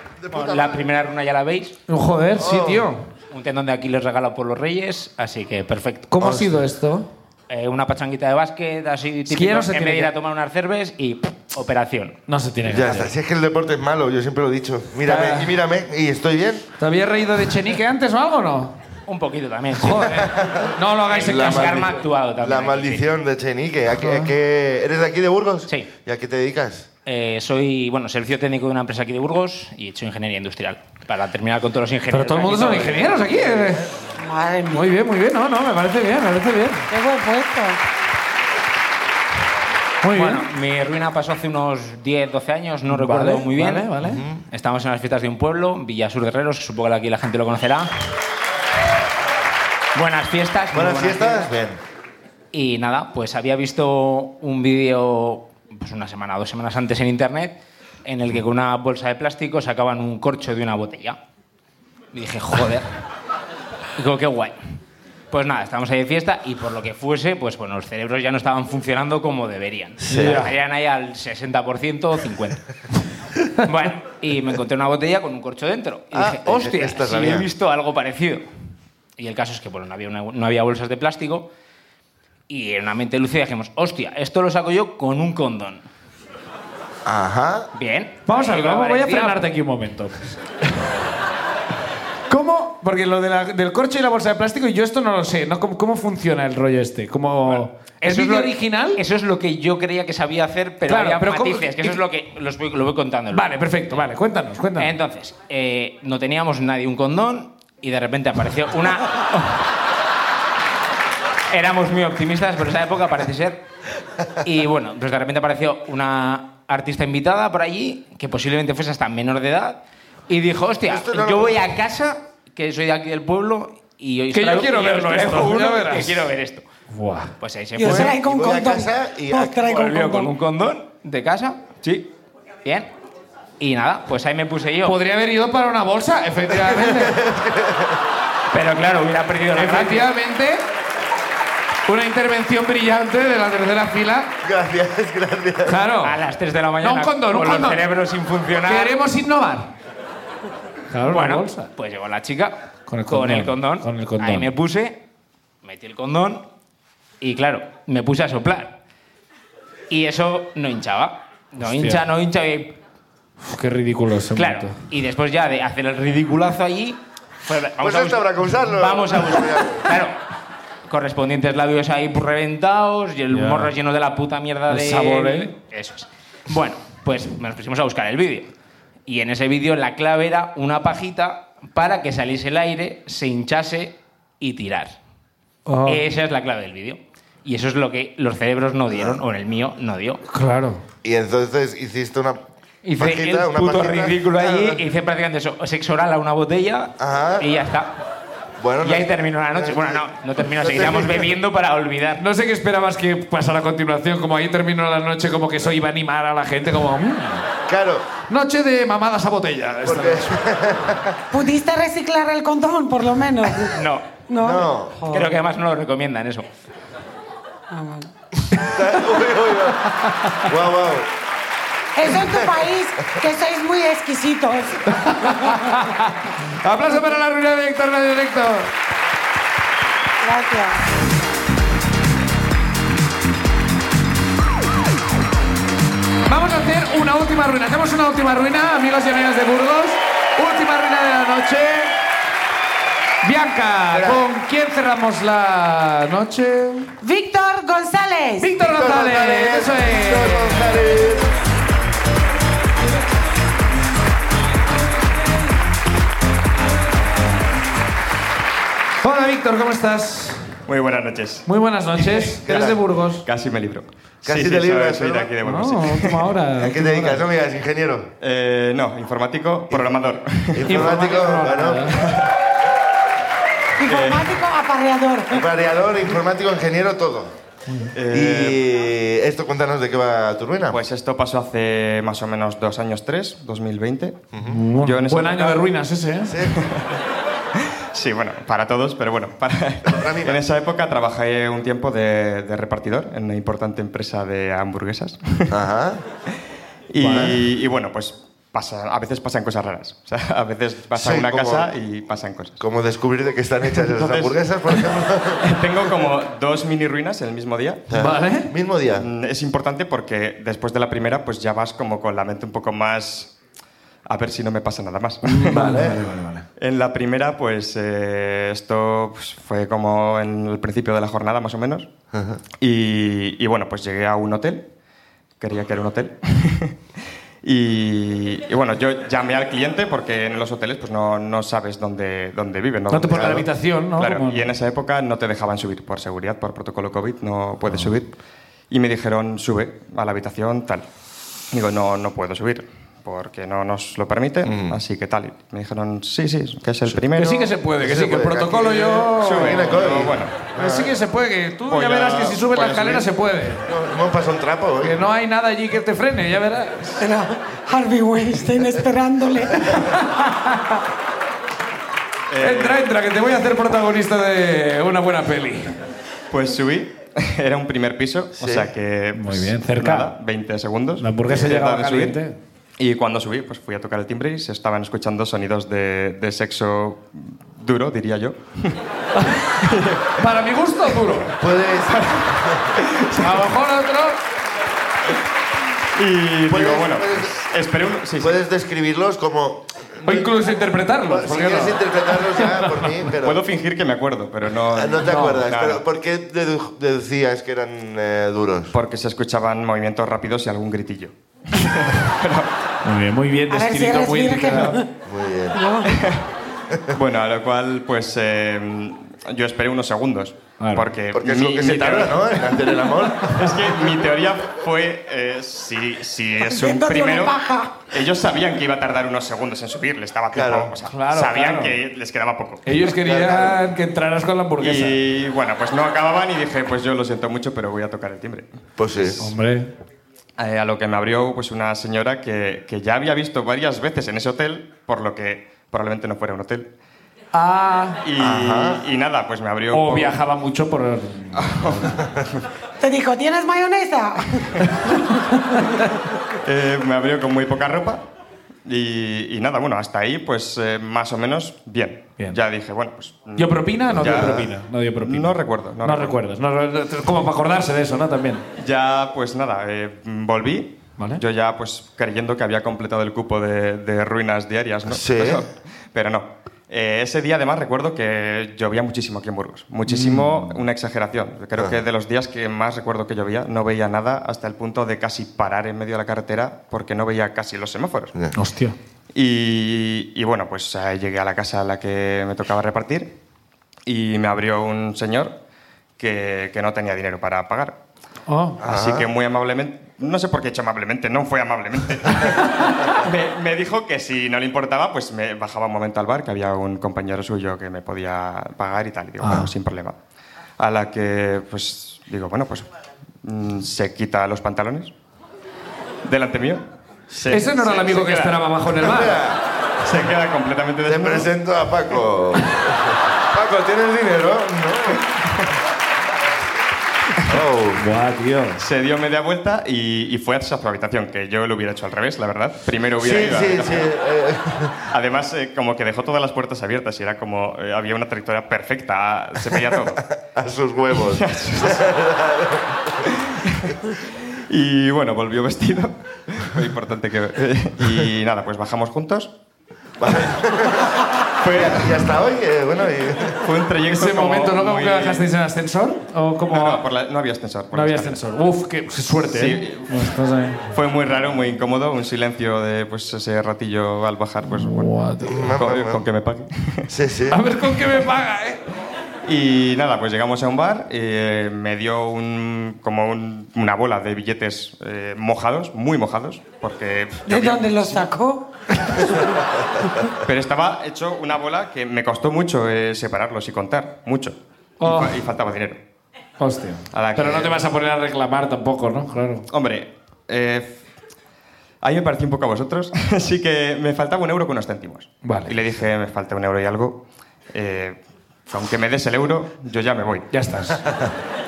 la primera runa ya la veis. Oh.
Joder, sí, tío.
Un tendón de Aquiles regalado por los Reyes, así que perfecto.
¿Cómo ha sido esto?
Eh, una pachanguita de básquet, así
que
típico,
ya no se
en
tiene
vez de ir
que-
a tomar unas cervezas y ¡pum! operación.
No se tiene
Ya está. Si es que el deporte es malo, yo siempre lo he dicho.
Ah.
Mírame y mírame y estoy bien.
¿Te habías reído de Chenique antes o algo o no?
Un poquito también. sí.
Joder. No lo hagáis en
La
casa.
mal- karma
maldición-
actuado también
La
aquí,
maldición de Chenique. ¿A qué- a qué- ¿Eres de aquí, de Burgos?
Sí.
¿Y a qué te dedicas?
Eh, soy, bueno, servicio técnico de una empresa aquí de Burgos y he hecho ingeniería industrial. Para terminar con todos los ingenieros.
Pero todo el mundo
aquí, pues,
son
todo-
ingenieros aquí. ¿eh?
Madre mía,
Muy bien, muy bien. No, no, me parece bien, me parece bien.
qué buen puesto.
Muy
Bueno,
bien.
mi ruina pasó hace unos 10, 12 años, no recuerdo
Vale,
muy bien.
vale, vale. Ujú.
Estábamos en las fiestas de un pueblo, Villasur de Herreros, que supongo que aquí la gente lo conocerá. Buenas fiestas. muy
Buenas, fiestas. Bien.
Y nada, pues había visto un vídeo pues una semana o dos semanas antes en internet en el que con una bolsa de plástico sacaban un corcho de una botella. Y dije, joder. Digo, qué guay. Pues nada, estábamos ahí de fiesta y por lo que fuese, pues bueno, los cerebros ya no estaban funcionando como deberían. Estarían ahí al 60% o 50%. bueno, y me encontré una botella con un corcho dentro. Y
Ah,
dije, hostia,
esta es
si
la
he
mía".
visto algo parecido. Y el caso es que, bueno, no había, una- no había bolsas de plástico. Y en una mente lúcida dijimos, hostia, esto lo saco yo con un condón.
Ajá.
Bien.
Vamos a
Ahí
ver,
va,
voy a
parecía-
frenarte aquí un momento. ¿Cómo? Porque lo de la- del corcho y la bolsa de plástico, yo esto no lo sé. ¿no? ¿Cómo, cómo funciona el rollo este? ¿Cómo... ¿El
Eso es
vídeo
lo-
original?
Eso es lo que yo creía que sabía hacer, pero
Claro,
había
pero ¿cómo-
matices, que eso es lo que los voy, lo voy contando. luego.
Vale, perfecto, vale. Cuéntanos, cuéntanos.
Entonces, eh, no teníamos nadie un condón y de repente apareció una... Éramos muy optimistas, pero esa época parece ser. Y bueno, pues de repente apareció una artista invitada por allí, que posiblemente fuese hasta menor de edad, y dijo, hostia,
Esto no lo-
yo voy a casa, que soy de aquí del pueblo, y hoy
Que yo
traigo-
quiero
y os
verlo
traigo
esto,
uno
ya
que
verás".
quiero ver esto.
Buah.
Pues ahí se
Yo
fue.
traigo un
voy a
condón.
casa y
Os
a-
traigo un
Volvió Pues con
condón.
un condón de casa, sí, bien. Y nada, pues ahí me puse yo.
Podría haber ido para una bolsa, efectivamente.
Pero claro, hubiera perdido la gracia.
efectivamente. Una intervención brillante de la tercera fila.
Gracias, gracias.
Claro.
A las 3 de la mañana.
No, un condón, un
con
condón.
Los cerebros sin funcionar.
Queremos innovar. Claro,
bueno, pues llegó la chica
Con el
el condón.
condón, con el condón.
Ahí me puse, metí el condón y claro, me puse a soplar. Y eso no hinchaba. No
Hostia.
hincha, no hincha. y-
Qué ridículo ese
claro. Y después ya de hacer el ridiculazo allí. fue- vamos
Pues
a
esto
bus-
habrá que usarlo.
Vamos a buscar. claro. Correspondientes labios ahí reventados y el
Ya.
morro lleno de la puta mierda
El
de.
sabor, ¿eh?
Eso es. Bueno, pues nos pusimos a buscar el vídeo. Y en ese vídeo la clave era una pajita para que saliese el aire, se hinchase y tirar.
Ah.
Esa es la clave del vídeo. Y eso es lo que los cerebros no dieron, o en el mío no dio.
Claro.
Y entonces hiciste una.
Hice
pajita,
el
una
puto
pajita.
ridículo allí,
Claro.
hice prácticamente eso, sexo oral a una botella
Ajá.
y ya está.
Bueno,
Y ahí
no-
terminó la noche. Bueno, no, no terminó, seguíamos bebiendo para olvidar.
No sé qué esperabas que pasara a continuación, como ahí terminó la noche, como que eso iba a animar a la gente, como... "Mm,
Claro,
noche de mamadas a botella. esta
porque.
noche".
¿Pudiste reciclar el condón, por lo menos?
No,
No.
No.
Joder.
creo que además no lo recomiendan eso.
Ah, bueno.
uy, uy, uy. Guau, guau.
Eso en tu país, que sois muy exquisitos.
Aplauso para la reunión de Héctor Radio Directo.
Gracias.
Vamos a hacer una última ruina. Hacemos una última ruina, amigos y amigas de Burgos. Última ruina de la noche. Bianca, ¿con quién cerramos la noche?
Víctor González.
Víctor González, eso es. Hola Víctor, ¿cómo estás?
Muy buenas noches.
Muy buenas noches. Eres de Burgos.
Casi me libro.
Casi
sí,
te
sí,
libras,
Soy, soy de
¿no?
aquí de Burgos.
No,
sí.
última hora, ¿A qué te última dedicas? hora.
No me digas, ingeniero.
Eh, no, informático, programador.
Informático, bueno.
Informático apareador.
Variador, informático, ingeniero, todo. y esto, cuéntanos de qué va tu ruina.
Eh, Pues esto pasó hace más o menos dos años, tres, 2020. Yo en esa
Buen año
época-
de ruinas ese, ¿eh?
Sí, bueno, para todos, pero bueno, para, en esa época trabajé un tiempo de, de repartidor en una importante empresa de hamburguesas.
Ajá.
y,
Vale.
y bueno, pues pasa, a veces pasan cosas raras. O sea, a veces vas a
Sí,
una
como-
casa y pasan cosas.
Como descubrir de qué están hechas las
Entonces-
hamburguesas, por ejemplo.
Tengo como dos mini ruinas en el mismo día.
Ah. Vale. Mismo día.
Mm, Es importante porque después de la primera, pues ya vas como con la mente un poco más. A ver si no me pasa nada más.
Vale.
En la primera, pues eh, esto pues, fue como en el principio de la jornada, más o menos.
Ah.
Y, y, bueno, pues llegué a un hotel. Quería que era un hotel. y, y, bueno, yo llamé al cliente porque en los hoteles pues no, no sabes dónde, dónde viven.
No te
dónde-
ponen la habitación, ¿no?
Claro,
Como-
y en esa época no te dejaban subir por seguridad, por protocolo COVID, no
Ah.
puedes subir. Y me dijeron, sube a la habitación, tal. Digo, no, no puedo subir porque no nos lo permiten, así que tal. Y me dijeron, sí, sí, que es el primero.
Que Mm. sí que se puede, que sí, que el
puede, que
protocolo
aquí-
yo.
Sube,
Sube,
Nicole.
Bueno,
Que sí que se puede, que tú
Voy
ya
a-
verás que si
voy
subes la
a
escalera se
subir.
puede.
No, hemos pasado un trapo hoy.
Que no hay nada allí que te frene, ya verás.
Era Harvey Weinstein esperándole.
Entra, entra, que te voy a hacer protagonista de una buena peli.
Pues subí, era un primer piso, o sea que... pues,
bien, cerca.
nada, 20 segundos.
La hamburguesa
He
llegaba
tardado en
caliente.
Y cuando subí, pues fui a tocar el timbre y se estaban escuchando sonidos de, de sexo duro, diría yo.
Para mi gusto, duro.
Puedes,
A lo mejor otro.
Y
Puedes-
digo, bueno,
puedes-
pues, esperé un... Sí, sí.
puedes describirlos como.
O incluso interpretarlo.
Si
¿por qué
quieres
no?
interpretarlos ya por mí, pero.
Puedo fingir que me acuerdo, pero no...
Ah, No te acuerdas,
nada.
pero ¿por qué dedu- deducías que eran eh, duros?
Porque se escuchaban movimientos rápidos y algún gritillo.
Muy bien, muy bien
A ver si
descrito,
eres
muy
virgen.
indicado.
Muy bien.
Bueno, a lo cual, pues eh, yo esperé unos segundos.
Claro.
Porque,
Porque es lo
mi-
que se
mi
tarda,
teoría-
¿no? En hacer el amor.
Es que mi teoría fue, eh, si, si es un
Haciéndote una
primero,
paja.
ellos sabían que iba a tardar unos segundos en subir, les daba tiempo,
Claro.
o sea,
Claro,
sabían
claro.
que les quedaba poco.
Ellos querían que entraras con la hamburguesa.
Y bueno, pues no acababan y dije, pues yo lo siento mucho, pero voy a tocar el timbre.
Pues sí.
Hombre,
Eh, a lo que me abrió pues una señora que, que ya había visto varias veces en ese hotel, por lo que probablemente no fuera un hotel.
Ah.
Y, y nada, pues me abrió... un
O
poco-
viajaba mucho por.
Te dijo, ¿tienes mayonesa?
Eh, me abrió con muy poca ropa y, y nada, bueno, hasta ahí pues eh, más o menos bien.
Bien.
Ya dije, bueno, pues... mm,
¿Yo propina o no
Ya.
dio propina?
no dio propina.
No recuerdo.
No,
No,
recuerdas. no- no- como para acordarse de eso, ¿no? También.
Ya pues nada, eh, volví.
Vale.
Yo ya pues creyendo que había completado el cupo de, de ruinas diarias, ¿no?
Sí.
Pero, pero no. Eh, ese día además recuerdo que llovía muchísimo aquí en Burgos. Muchísimo, una exageración. Creo que de los días que más recuerdo que llovía, no veía nada hasta el punto de casi parar en medio de la carretera porque no veía casi los semáforos.
hostia.
Y, y bueno, pues eh, llegué a la casa a la que me tocaba repartir y me abrió un señor que, que no tenía dinero para pagar.
Oh.
Así que muy amablemente, no sé por qué he hecho amablemente, no fue amablemente. me, me dijo que si no le importaba, pues me bajaba un momento al bar, que había un compañero suyo que me podía pagar y tal. Y
Ah.
digo, bueno, sin problema. A la que, pues, digo, bueno, pues mm, se quita los pantalones delante mío. Se-
Ese no era el
se-
amigo
se
que
queda-
esperaba abajo en el bar.
se queda completamente
Te
desnudo.
presento a Paco. Paco, ¿tienes dinero? No.
Oh,
Buah, tío.
Se dio media vuelta y, y fue a su habitación, que yo lo hubiera hecho al revés, la verdad. Primero hubiera
Sí,
ido a-
sí, sí. eh,
Además, eh, como que dejó todas las puertas abiertas y era como... eh, había una trayectoria perfecta, se veía todo.
a sus huevos.
Y bueno, volvió vestido. Muy importante que... eh, Y nada, pues bajamos juntos.
Fue- y hasta hoy, eh, bueno, y...
Fue un
En
trayecto
ese
como
momento, ¿no? ¿Cómo
muy-
que bajasteis en ascensor? ¿O cómo?
No, no, por la- no había ascensor. por
No
la
había
escalera.
ascensor. Uf, qué suerte,
Sí,
¿eh? Estás ahí.
Fue muy raro, muy incómodo, un silencio de pues ese ratillo al bajar, pues bueno, con, con que me pague.
Sí, sí.
A ver con qué me paga, ¿eh?
Y nada, pues llegamos a un bar, eh, me dio un, como un- una bola de billetes eh, mojados, muy mojados, porque...
¿De dónde lo sacó?
Pero estaba hecho una bola que me costó mucho eh, separarlos y contar, mucho. Y
Oh.
fa- Y, faltaba dinero.
Hostia.
A la
Pero
que-
no te vas a poner a reclamar tampoco, ¿no? Claro.
Hombre, eh, a mí me pareció un poco a vosotros, así que me faltaba un euro con unos céntimos.
Vale.
Y le dije, me falta un euro y algo. eh, aunque me des el euro, yo ya me voy.
Ya estás.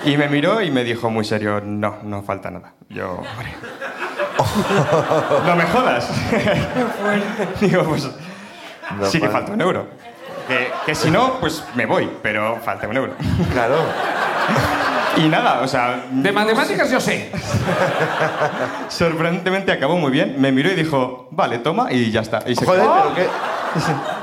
Y me miró y me dijo muy serio, no, no falta nada. Yo, hombre, no me jodas. Digo, pues
No
sí que
falta.
falta un euro. Que, que si no, pues me voy, pero falta un euro.
Claro.
Y nada, o sea...
De matemáticas yo sé.
Sorprendentemente acabó muy bien. Me miró y dijo, vale, toma, y ya está. Y se
Joder,
quedó.
pero qué...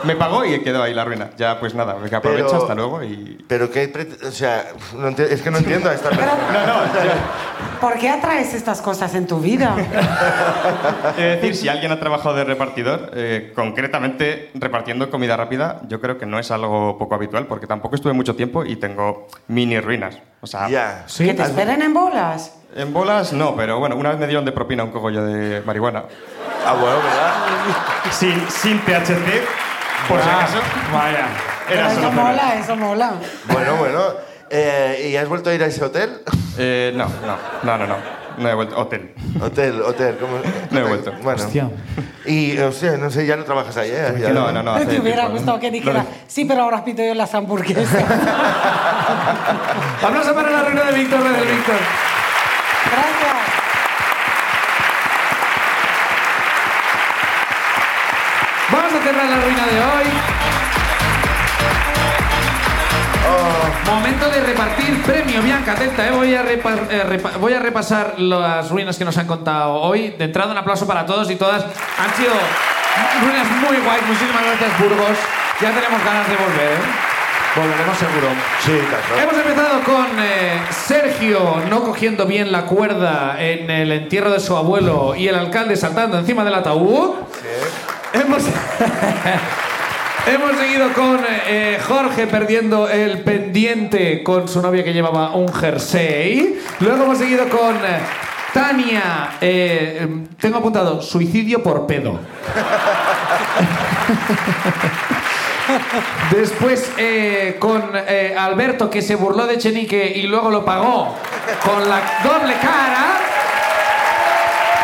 Me pagó y quedó ahí la ruina. Ya, pues nada, que aprovecho,
Pero-
hasta luego y...
Pero qué... pre- O sea, no enti- es que no entiendo a esta persona.
No, no, ya-
¿Por qué atraes estas cosas en tu vida?
he de decir, si alguien ha trabajado de repartidor, eh, concretamente repartiendo comida rápida, yo creo que no es algo poco habitual, porque tampoco estuve mucho tiempo y tengo mini ruinas. O sea,
Ya.
¿Que te esperen en bolas?
en bolas no, pero bueno, una vez me dieron de propina un cogollo de marihuana.
Ah, bueno, ¿verdad?
Sin, sin THC, por si
Ah,
acaso.
Vaya.
Era
eso
solo
mola, eso mola.
Bueno, bueno. Eh, ¿Y has vuelto a ir a ese hotel?
Eh, no, no, no, no, no. No he vuelto. Hotel.
Hotel, hotel, ¿cómo?
No he vuelto.
Bueno.
Hostia.
Y, o sea, no sé, ya no trabajas ahí, ¿eh? Ya-
No, no,
Ah,
no. hace
te hubiera
tiempo.
gustado que dijera, sí, pero ahora pido yo las hamburguesas.
Aplauso para la reina de Víctor, del Víctor.
Gracias.
Vamos a cerrar la ruina de hoy. Oh, Momento de repartir premio, Bianca, atenta, ¿eh? voy, a repa- eh, repa- voy a repasar las ruinas que nos han contado hoy. De entrada, un aplauso para todos y todas. Han sido ruinas muy guays, muchísimas gracias, Burgos. Ya tenemos ganas de volver, ¿eh? Volveremos seguro.
Sí, claro.
Hemos empezado con eh, Sergio no cogiendo bien la cuerda en el entierro de su abuelo y el alcalde saltando encima del ataúd. Hemos, hemos seguido con eh, Jorge perdiendo el pendiente con su novia que llevaba un jersey. Luego hemos seguido con eh, Tania, eh, em, tengo apuntado, suicidio por pedo. Después eh, con eh, Alberto que se burló de Chenique y luego lo pagó con la doble cara.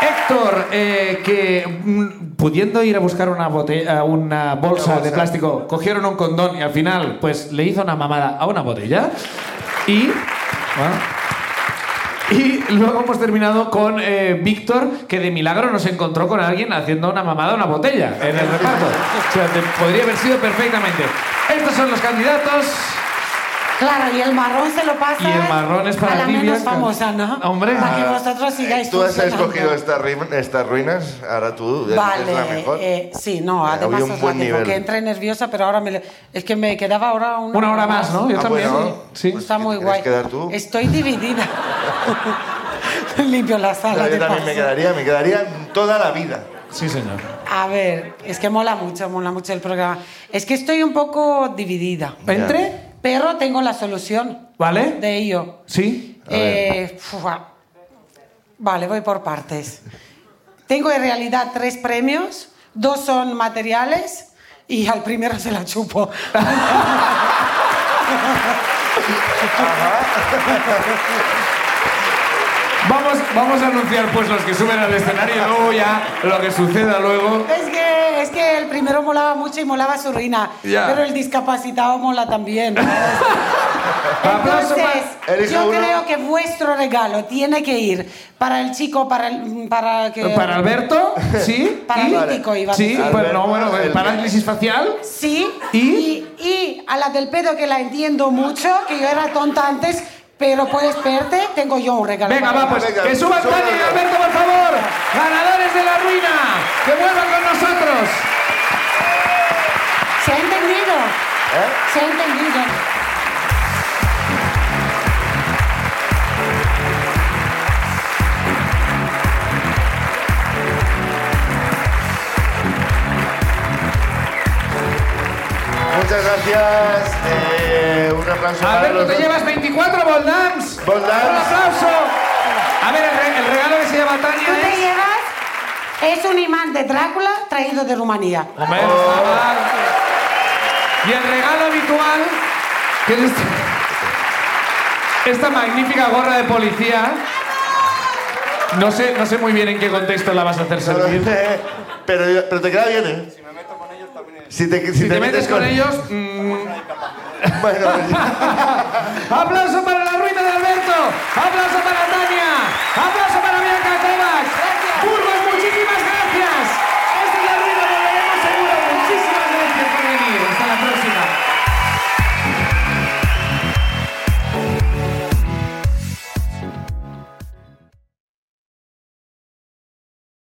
Héctor eh, que mm, pudiendo ir a buscar una, bote- a una bolsa de plástico cogieron un condón y al final pues le hizo una mamada a una botella y bueno, y luego hemos terminado con eh, Víctor, que de milagro nos encontró con alguien haciendo una mamada a una botella en el reparto. O sea, te- podría haber sido perfectamente. Estos son los candidatos.
Claro, y el marrón se lo pasa
Y el marrón es para
a la
ti,
menos
Bianca.
famosa, ¿no?
Hombre.
Para que vosotros sigáis
Tú has
funcionando.
escogido este estas rim- estas ruinas, ahora tú eres la
Vale,
mejor.
eh, sí, no,
Eh,
además
había
os
un
la
buen
dejo,
nivel.
que entré nerviosa, pero ahora me le- es que me quedaba ahora una,
Una hora más, ¿no? Yo
Ah,
también.
bueno.
Sí.
Pues,
Está
¿qué
muy
te
guay.
quieres quedar tú?
Estoy dividida. Limpio la
No,
sala. de
yo también me
paso.
quedaría, me quedaría toda la vida.
Sí, señor.
A ver, es que mola mucho, mola mucho el programa. Es que estoy un poco dividida.
¿Entre?
Pero tengo la solución
¿Vale?
de ello.
Sí.
Eh, fua. vale, voy por partes. Tengo en realidad tres premios, dos son materiales y al primero se la chupo.
Vamos, vamos a anunciar pues los que suben al escenario y luego ya lo que suceda luego.
Es que, es que el primero molaba mucho y molaba su ruina,
Ya.
pero el discapacitado mola también. Entonces,
Elige
yo
uno.
creo que vuestro regalo tiene que ir para el chico, para el, para que-
Para Alberto, sí.
Paralítico,
y,
iba a
Sí,
decir.
pero no, bueno, parálisis facial.
Sí.
¿Y?
Y, y a la del pedo que la entiendo mucho, que yo era tonta antes, pero puedes verte, tengo yo un regalo.
Venga,
para
va, pues
ella.
que suban Tony y Alberto, por favor. Ganadores de la ruina, que vuelvan con nosotros.
Se ha entendido.
¿Eh?
Se ha entendido.
Muchas gracias. Eh, un aplauso para
Alberto,
los
te llevas 24 Boldams.
Boldams.
Un aplauso. A ver, el, re- el regalo que se lleva Tania
Tú te
es...
llevas, es un imán de Drácula traído de Rumanía.
Hombre, por favor. Y el regalo habitual, que es este- esta magnífica gorra de policía. No sé, no sé muy bien en qué contexto la vas a hacer servir.
Pero, pero te queda bien, ¿eh? Si me meto con ellos, también Si te,
Si te metes con ellos... mm.
Bueno,
¡Aplauso para la ruina de Alberto! ¡Aplauso para Tania! ¡Aplauso